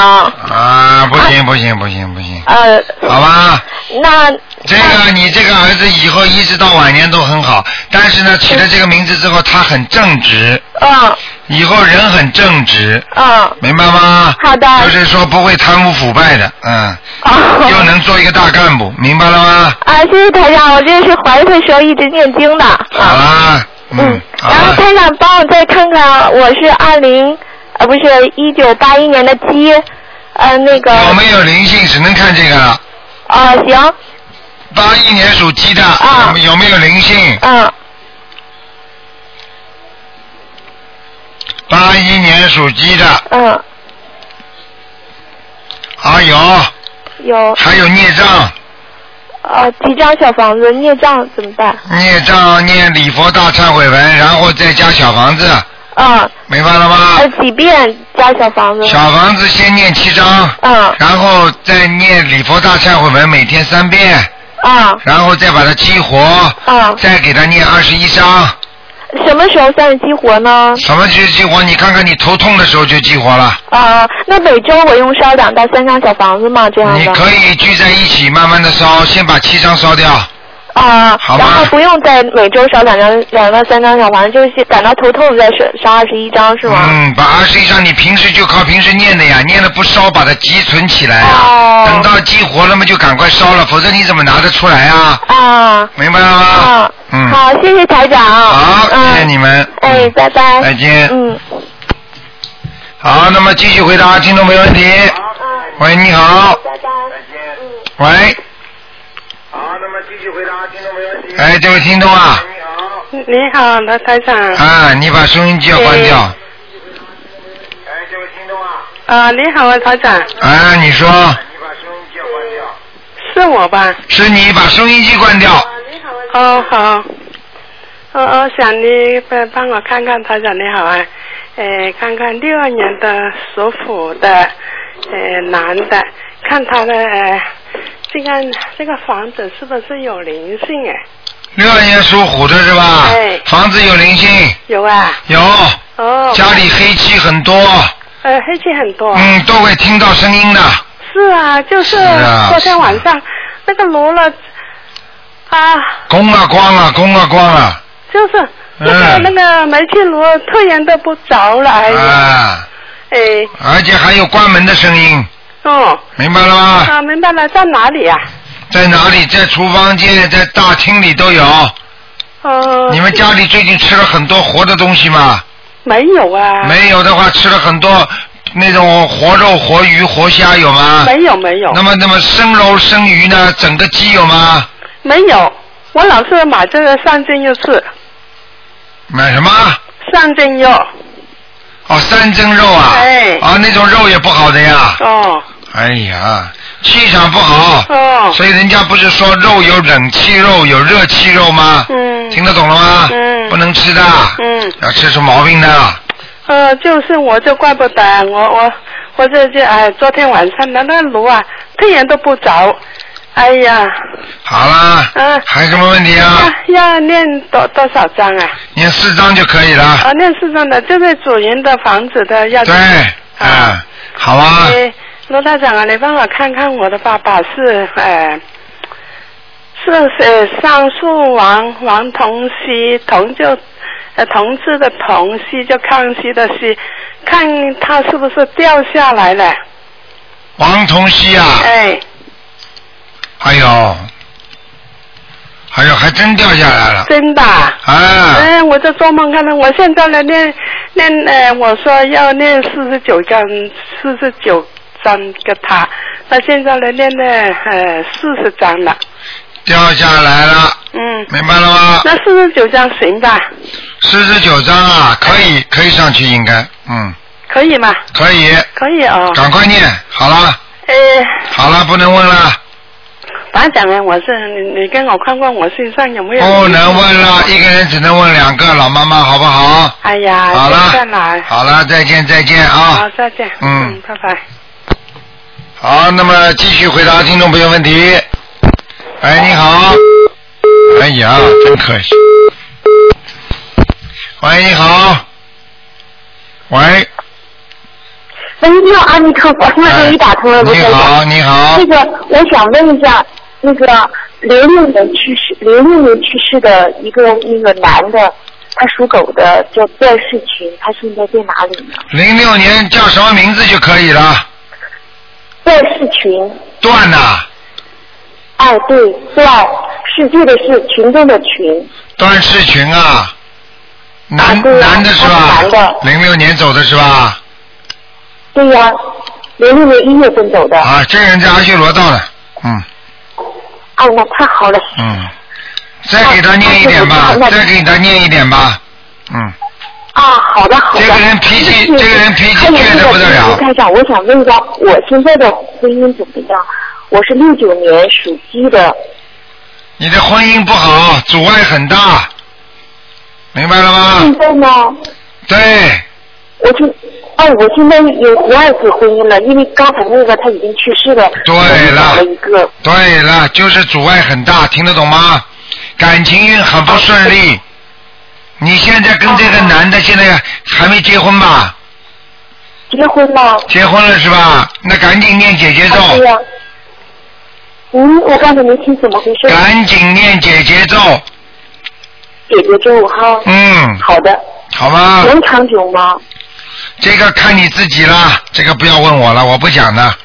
[SPEAKER 1] 啊，不行不行不行不行，
[SPEAKER 9] 呃，
[SPEAKER 1] 嗯好吧。
[SPEAKER 9] 那
[SPEAKER 1] 这
[SPEAKER 9] 啊
[SPEAKER 1] 个你这个儿子以后一直到晚年都很好，但是呢，起了这个名字之后，他很正直。
[SPEAKER 9] 嗯。
[SPEAKER 1] 以后人很正直。
[SPEAKER 9] 嗯。
[SPEAKER 1] 明白吗？
[SPEAKER 9] 好的
[SPEAKER 1] 就是说不会贪污腐败的，嗯。
[SPEAKER 9] 哦
[SPEAKER 1] 又能做一个大干部，明白了吗？
[SPEAKER 9] 啊，谢谢台长，我这是怀孕的时候一直念经的。
[SPEAKER 1] 好啦，嗯，好
[SPEAKER 9] 然后
[SPEAKER 1] 啦，
[SPEAKER 9] 台长帮我再看看，我是二零，呃，不是一九八一年的鸡，呃，那个，
[SPEAKER 1] 我们有灵性，只能看这个了。
[SPEAKER 9] 呃，行，
[SPEAKER 1] 八一年属鸡的，有没有没有灵性？
[SPEAKER 9] 嗯。
[SPEAKER 1] 八一年属鸡的，
[SPEAKER 9] 嗯，
[SPEAKER 1] 啊有，
[SPEAKER 9] 有。
[SPEAKER 1] 还有孽障。
[SPEAKER 9] 呃，几张小房子，孽障怎么办？
[SPEAKER 1] 孽障念礼佛大忏悔文，然后再加小房子，
[SPEAKER 9] 嗯，
[SPEAKER 1] 明白了吗？
[SPEAKER 9] 呃，几遍加小房子？
[SPEAKER 1] 小房子先念七章，
[SPEAKER 9] 嗯，
[SPEAKER 1] 然后再念礼佛大忏悔文，每天三遍，
[SPEAKER 9] 啊，
[SPEAKER 1] 然后再把它激活，
[SPEAKER 9] 嗯
[SPEAKER 1] 再给它念二十一章。
[SPEAKER 9] 什么时候算是激活呢？
[SPEAKER 1] 什么就是激活？你看看你头痛的时候就激活了。
[SPEAKER 9] 啊，那每周我用烧两到三张小房子吗？这样的？
[SPEAKER 1] 你可以聚在一起，慢慢的烧，先把七章烧掉。
[SPEAKER 9] 啊，
[SPEAKER 1] 好吧
[SPEAKER 9] 然后不用再每周少两张、两到三张小房子，就是感到头痛再上上二十一张是吗？
[SPEAKER 1] 嗯，把二十一章你平时就靠平时念的呀，念了不烧，把它积存起来呀。
[SPEAKER 9] 哦
[SPEAKER 1] 等到激活了嘛，就赶快烧了，否则你怎么拿得出来啊？
[SPEAKER 9] 啊，
[SPEAKER 1] 明白了吗？
[SPEAKER 9] 啊，
[SPEAKER 1] 嗯
[SPEAKER 9] 好，谢谢台长。
[SPEAKER 1] 好，
[SPEAKER 9] 嗯、
[SPEAKER 1] 谢谢你们。
[SPEAKER 9] 哎，拜拜。
[SPEAKER 1] 再见
[SPEAKER 9] 嗯，
[SPEAKER 1] 好，那么继续回答听众没问题。喂，你好。喂，哎，这位听众啊，
[SPEAKER 10] 你好，罗台长。
[SPEAKER 1] 啊，你把收音机要关掉。
[SPEAKER 10] 啊，你好，罗台长，
[SPEAKER 1] 啊，你说
[SPEAKER 10] 是我吧？
[SPEAKER 1] 是你把收音机关掉？
[SPEAKER 10] 哦，好。哦哦，想你帮帮我看看台长你好啊，呃，看看六二年的属虎的，呃，男的，看他的、呃、这个这个房子是不是有灵性哎？
[SPEAKER 1] 六二年属虎的是吧？
[SPEAKER 10] 哎
[SPEAKER 1] 房子有灵性，
[SPEAKER 10] 有啊。
[SPEAKER 1] 有
[SPEAKER 10] 哦。
[SPEAKER 1] 家里黑气很多，
[SPEAKER 10] 呃，黑气很多。
[SPEAKER 1] 嗯，都会听到声音的。
[SPEAKER 10] 是啊，就是
[SPEAKER 1] 啊
[SPEAKER 10] 昨天晚上那个炉了啊，
[SPEAKER 1] 咣啊咣啊咣啊咣啊，
[SPEAKER 10] 就是那个、
[SPEAKER 1] 嗯
[SPEAKER 10] 那个煤气炉突然都不着了，哎呀，
[SPEAKER 1] 啊，
[SPEAKER 10] 哎，
[SPEAKER 1] 而且还有关门的声音，
[SPEAKER 10] 哦，
[SPEAKER 1] 明白了吗？
[SPEAKER 10] 啊，明白了，在哪里啊呀、
[SPEAKER 1] 在哪里？在厨房间，在大厅里都有。
[SPEAKER 10] 哦、
[SPEAKER 1] 你们家里最近吃了很多活的东西吗？
[SPEAKER 10] 没有啊？
[SPEAKER 1] 没有的话，吃了很多那种活肉、活鱼、活虾有吗？
[SPEAKER 10] 没有没有
[SPEAKER 1] 那么，那么生肉、生鱼呢？整个鸡有吗？
[SPEAKER 10] 没有，我老是买这个三斤肉吃，
[SPEAKER 1] 买什么？
[SPEAKER 10] 三斤肉，
[SPEAKER 1] 哦，三蒸肉啊。
[SPEAKER 10] 哎
[SPEAKER 1] 啊，那种肉也不好的呀。
[SPEAKER 10] 哦
[SPEAKER 1] 哎呀，气场不好。
[SPEAKER 10] 哦。
[SPEAKER 1] 所以人家不是说肉有冷气肉，有热气肉吗？
[SPEAKER 10] 嗯。
[SPEAKER 1] 听得懂了吗？
[SPEAKER 10] 嗯
[SPEAKER 1] 不能吃的，
[SPEAKER 10] 嗯，
[SPEAKER 1] 要吃出毛病的。
[SPEAKER 10] 呃，就是我就怪不得啊我我我这这哎，昨天晚上那那炉啊，突然都不着，哎呀，
[SPEAKER 1] 好啦，
[SPEAKER 10] 嗯，
[SPEAKER 1] 还有什么问题啊？
[SPEAKER 10] 要要念多多少张 啊？
[SPEAKER 1] 念四张就可以了。
[SPEAKER 10] 啊，念四张的，就是主人的房子的要。
[SPEAKER 1] 对，嗯，好啊。
[SPEAKER 10] 哎，罗台长啊，你帮我看看我的爸爸是呃是呃上述王王同熙，同就呃同志的同熙，就康熙的熙，看他是不是掉下来了？
[SPEAKER 1] 王同熙啊，
[SPEAKER 10] 哎，
[SPEAKER 1] 哎呦，哎呦，还真掉下来了。
[SPEAKER 10] 真的啊。
[SPEAKER 1] 啊，
[SPEAKER 10] 哎，我就做梦看到，我现在呢念念呃，我说要念四十九章，四十九章给他，那现在呢念了呃四十章了，
[SPEAKER 1] 掉下来了，
[SPEAKER 10] 嗯，
[SPEAKER 1] 明白了吗？
[SPEAKER 10] 那四十九章行吧？
[SPEAKER 1] 四十九张啊，可以，可以上去，应该，嗯，
[SPEAKER 10] 可以吗？
[SPEAKER 1] 可以，
[SPEAKER 10] 可以哦。
[SPEAKER 1] 赶快念，好了，
[SPEAKER 10] 呃，
[SPEAKER 1] 好了，不能问了，
[SPEAKER 10] 班长啊，我是你，你跟我看看我身上有没有？
[SPEAKER 1] 不能问了，一个人只能问两个，老妈妈好不好？
[SPEAKER 10] 哎呀，
[SPEAKER 1] 好了
[SPEAKER 10] 再来。
[SPEAKER 1] 好了，再见，再见啊
[SPEAKER 10] 好，。再见。
[SPEAKER 1] 嗯
[SPEAKER 10] 拜拜。
[SPEAKER 1] 好，那么继续回答听众朋友问题。哎，你好。哎呀，真可惜。喂，你好。喂，
[SPEAKER 2] 喂，你好，阿弥陀佛，现在终于打通了，卢
[SPEAKER 1] 你
[SPEAKER 2] 先
[SPEAKER 1] 好，
[SPEAKER 2] 生。
[SPEAKER 1] 哎你好
[SPEAKER 2] 那。个，我想问一下，那个零六年去世，零六年去世的一个那个男的，他属狗的，叫段世群，他现在在哪里呢？
[SPEAKER 1] 零六年叫什么名字就可以了？
[SPEAKER 2] 段世群，
[SPEAKER 1] 段呐、
[SPEAKER 2] 哎，对，段，世界的世，群众的群，
[SPEAKER 1] 段世群啊。男、
[SPEAKER 2] 对呀
[SPEAKER 1] 男的是吧
[SPEAKER 2] 他啊是男的？
[SPEAKER 1] 零六年走的是吧？
[SPEAKER 2] 对呀、零六年一月份走的。
[SPEAKER 1] 啊，这个人在阿修罗道了，嗯
[SPEAKER 2] 哎，那太好了，
[SPEAKER 1] 嗯。再给他念一点吧，再给他念一点吧，嗯。
[SPEAKER 2] 啊，好的好的。
[SPEAKER 1] 这个人脾气
[SPEAKER 2] 谢谢
[SPEAKER 1] 这个人脾气
[SPEAKER 2] 还有
[SPEAKER 1] 倔
[SPEAKER 2] 那
[SPEAKER 1] 得
[SPEAKER 2] 个
[SPEAKER 1] 不得了
[SPEAKER 2] 卢台长，我想问一下，我现在的婚姻怎么样？我是六九年属鸡的，
[SPEAKER 1] 你的婚姻不好，阻碍很大，明白了吗？
[SPEAKER 2] 现在呢，
[SPEAKER 1] 啊对，
[SPEAKER 2] 我就哦，我现在有第二次婚姻了，因为刚才那个他已经去世了，
[SPEAKER 1] 对
[SPEAKER 2] 我又找
[SPEAKER 1] 了
[SPEAKER 2] 了一个，
[SPEAKER 1] 对了，就是阻碍很大，听得懂吗？感情运很不顺利。你现在跟这个男的现在还没结婚吧？
[SPEAKER 2] 结婚了。
[SPEAKER 1] 结婚了是吧？那赶紧念姐姐咒，
[SPEAKER 2] 哎呀，嗯，我刚才没听怎么回事，
[SPEAKER 1] 赶紧念姐姐咒，
[SPEAKER 2] 姐姐咒哈，
[SPEAKER 1] 嗯，
[SPEAKER 2] 好的，
[SPEAKER 1] 好吗？
[SPEAKER 2] 能长久吗？
[SPEAKER 1] 这个看你自己啦，这个不要问我了，我不讲的，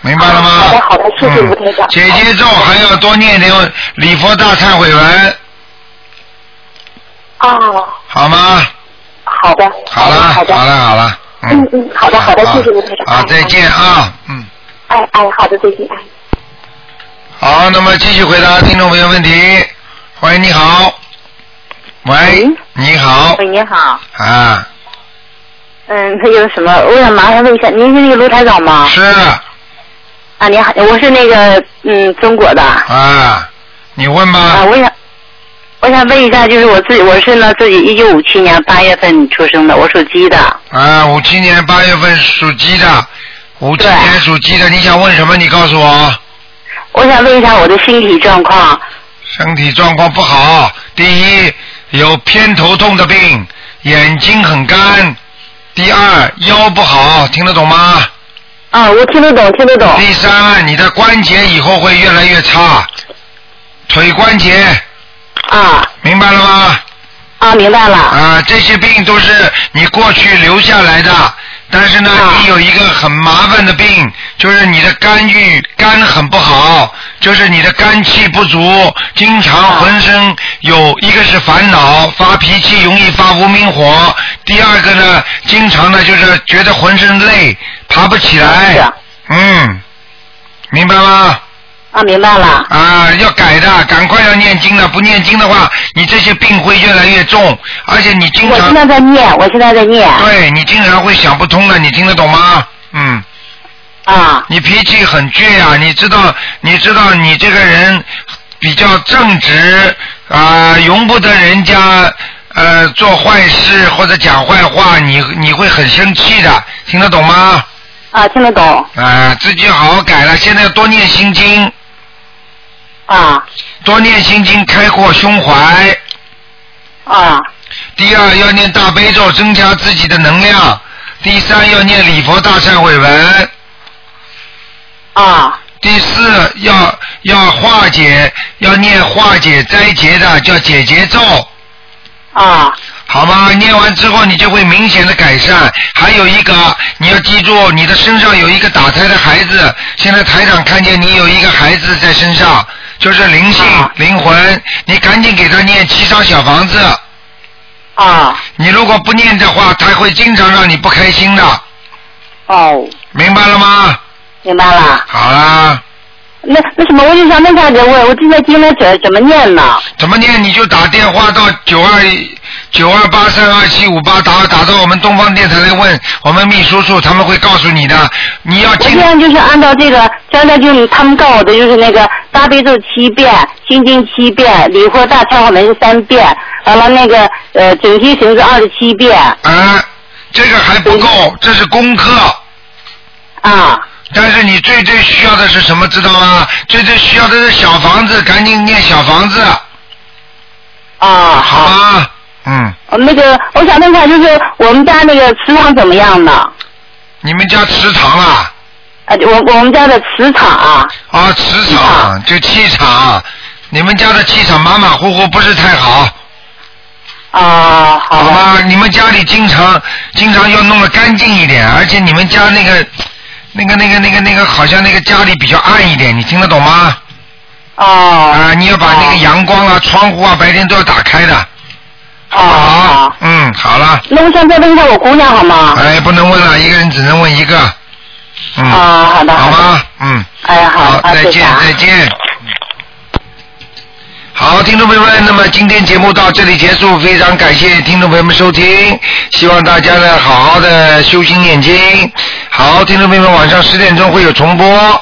[SPEAKER 1] 明白了吗？
[SPEAKER 2] 好啊的好的，谢谢
[SPEAKER 1] 嗯
[SPEAKER 2] 吴台长。
[SPEAKER 1] 姐姐咒还要多念点礼佛大忏悔文，
[SPEAKER 2] 啊，
[SPEAKER 1] 好吗？
[SPEAKER 2] 好的，
[SPEAKER 1] 好了，好了，好了，
[SPEAKER 2] 嗯嗯，好的好
[SPEAKER 1] 啊
[SPEAKER 2] 的，谢谢吴台长。
[SPEAKER 1] 好，再见啊，嗯。
[SPEAKER 2] 哎哎，好的，再见。哎
[SPEAKER 1] 好，那么继续回答听众朋友问题。喂，你好。喂，你好
[SPEAKER 7] 喂，你好，
[SPEAKER 1] 啊，
[SPEAKER 7] 嗯，那个什么，我想麻烦问一下，您是那个卢台长吗？
[SPEAKER 1] 是
[SPEAKER 7] 啊，你好，我是那个嗯中国的啊，
[SPEAKER 1] 啊，你问吧。
[SPEAKER 11] 啊
[SPEAKER 7] 我想我想问一下，就是我自己，我是呢自己一九五七年八月份出生的，我属鸡的，
[SPEAKER 1] 啊，五七年八月份属鸡的，五七
[SPEAKER 7] 对
[SPEAKER 1] 年属鸡的，你想问什么？你告诉我。
[SPEAKER 7] 我想问一下我的身体状况。
[SPEAKER 1] 身体状况不好，第一有偏头痛的病，眼睛很干，第二腰不好，听得懂吗？
[SPEAKER 11] 啊，我听得懂，听得懂。
[SPEAKER 1] 第三，你的关节以后会越来越差，腿关节。
[SPEAKER 11] 啊。
[SPEAKER 1] 明白了吗？
[SPEAKER 11] 啊，明白了。
[SPEAKER 1] 啊，这些病都是你过去留下来的，但是呢，
[SPEAKER 11] 啊
[SPEAKER 1] 你有一个很麻烦的病，就是你的肝郁肝很不好，就是你的肝气不足，经
[SPEAKER 11] 啊
[SPEAKER 1] 常浑身有一个是烦恼，发脾气容易发无名火；第二个呢，经常呢就是觉得浑身累，爬不起来。嗯，明白吗？
[SPEAKER 11] 啊，明白了。
[SPEAKER 1] 啊，要改的，赶快要念经的，不念经的话，你这些病会越来越重，而且你经
[SPEAKER 11] 我
[SPEAKER 1] 常
[SPEAKER 11] 现在在念，我现在在念。
[SPEAKER 1] 对你经常会想不通的，你听得懂吗？嗯。
[SPEAKER 11] 啊。
[SPEAKER 1] 你脾气很倔啊，你知道，你知道你这个人比较正直啊、容不得人家呃做坏事或者讲坏话，你你会很生气的，听得懂吗？
[SPEAKER 11] 啊，听得懂。
[SPEAKER 1] 啊，自己好好改了，现在要多念心经。
[SPEAKER 11] 啊。
[SPEAKER 1] 多念心经，开阔胸怀。
[SPEAKER 11] 啊。
[SPEAKER 1] 第二要念大悲咒，增加自己的能量。第三要念礼佛大忏悔文。
[SPEAKER 11] 啊。
[SPEAKER 1] 第四要要化解，要念化解灾劫的叫解结咒。
[SPEAKER 11] 啊。
[SPEAKER 1] 好吗？念完之后你就会明显的改善。还有一个，你要记住，你的身上有一个打胎的孩子。现在台长看见你有一个孩子在身上，就是灵性、灵魂，你赶紧给他念七张小房子。
[SPEAKER 11] 啊。
[SPEAKER 1] 你如果不念的话，他会经常让你不开心的。
[SPEAKER 11] 哦。
[SPEAKER 1] 明白了吗？
[SPEAKER 11] 明白了。
[SPEAKER 1] 好啦，
[SPEAKER 11] 那那什么，我就想问下问，我这些经文怎怎么念呢？
[SPEAKER 1] 怎么念你就打电话到九二九二八三二七五八打打到我们东方电台来问我们秘书处，他们会告诉你的。你要
[SPEAKER 11] 我
[SPEAKER 1] 经
[SPEAKER 11] 现在就是按照这个，现在就是他们告我的就是那个大悲咒七遍，心经七遍，礼佛大忏悔文是三遍，完了那个呃整体神咒二十七遍。
[SPEAKER 1] 啊，这个还不够，这是功课。
[SPEAKER 11] 啊。
[SPEAKER 1] 但是你最最需要的是什么，知道吗？最最需要的是小房子，赶紧念小房子。
[SPEAKER 11] 啊，
[SPEAKER 1] 好吧，嗯，
[SPEAKER 11] 呃那个我想问一下，就是我们家那个磁场怎么样呢？
[SPEAKER 1] 你们家磁场啊？
[SPEAKER 11] 呃，我我们家的磁场啊，
[SPEAKER 1] 啊，磁场就气场，啊你们家的气场马马虎虎，不是太好。
[SPEAKER 11] 啊，
[SPEAKER 1] 好吧，你们家里经常经常要弄得干净一点，而且你们家那个那个那个那个那个，好像那个家里比较暗一点，你听得懂吗？
[SPEAKER 11] 哦。
[SPEAKER 1] 啊，你要把那个阳光啊、窗户啊，白天都要打开的。
[SPEAKER 11] 啊
[SPEAKER 1] 好不好，嗯，好了。
[SPEAKER 11] 那我想再问一下我姑娘好吗？
[SPEAKER 1] 哎，不能问了，一个人只能问一个。嗯。
[SPEAKER 11] 啊，好的，好
[SPEAKER 1] 吗？嗯。
[SPEAKER 11] 哎呀，好，啊
[SPEAKER 1] 再
[SPEAKER 11] 谢谢
[SPEAKER 1] 见
[SPEAKER 11] 啊，
[SPEAKER 1] 再见。好，听众朋友们，那么今天节目到这里结束，非常感谢听众朋友们收听，希望大家呢好好的修心念经。好，听众朋友们，晚上十点钟会有重播。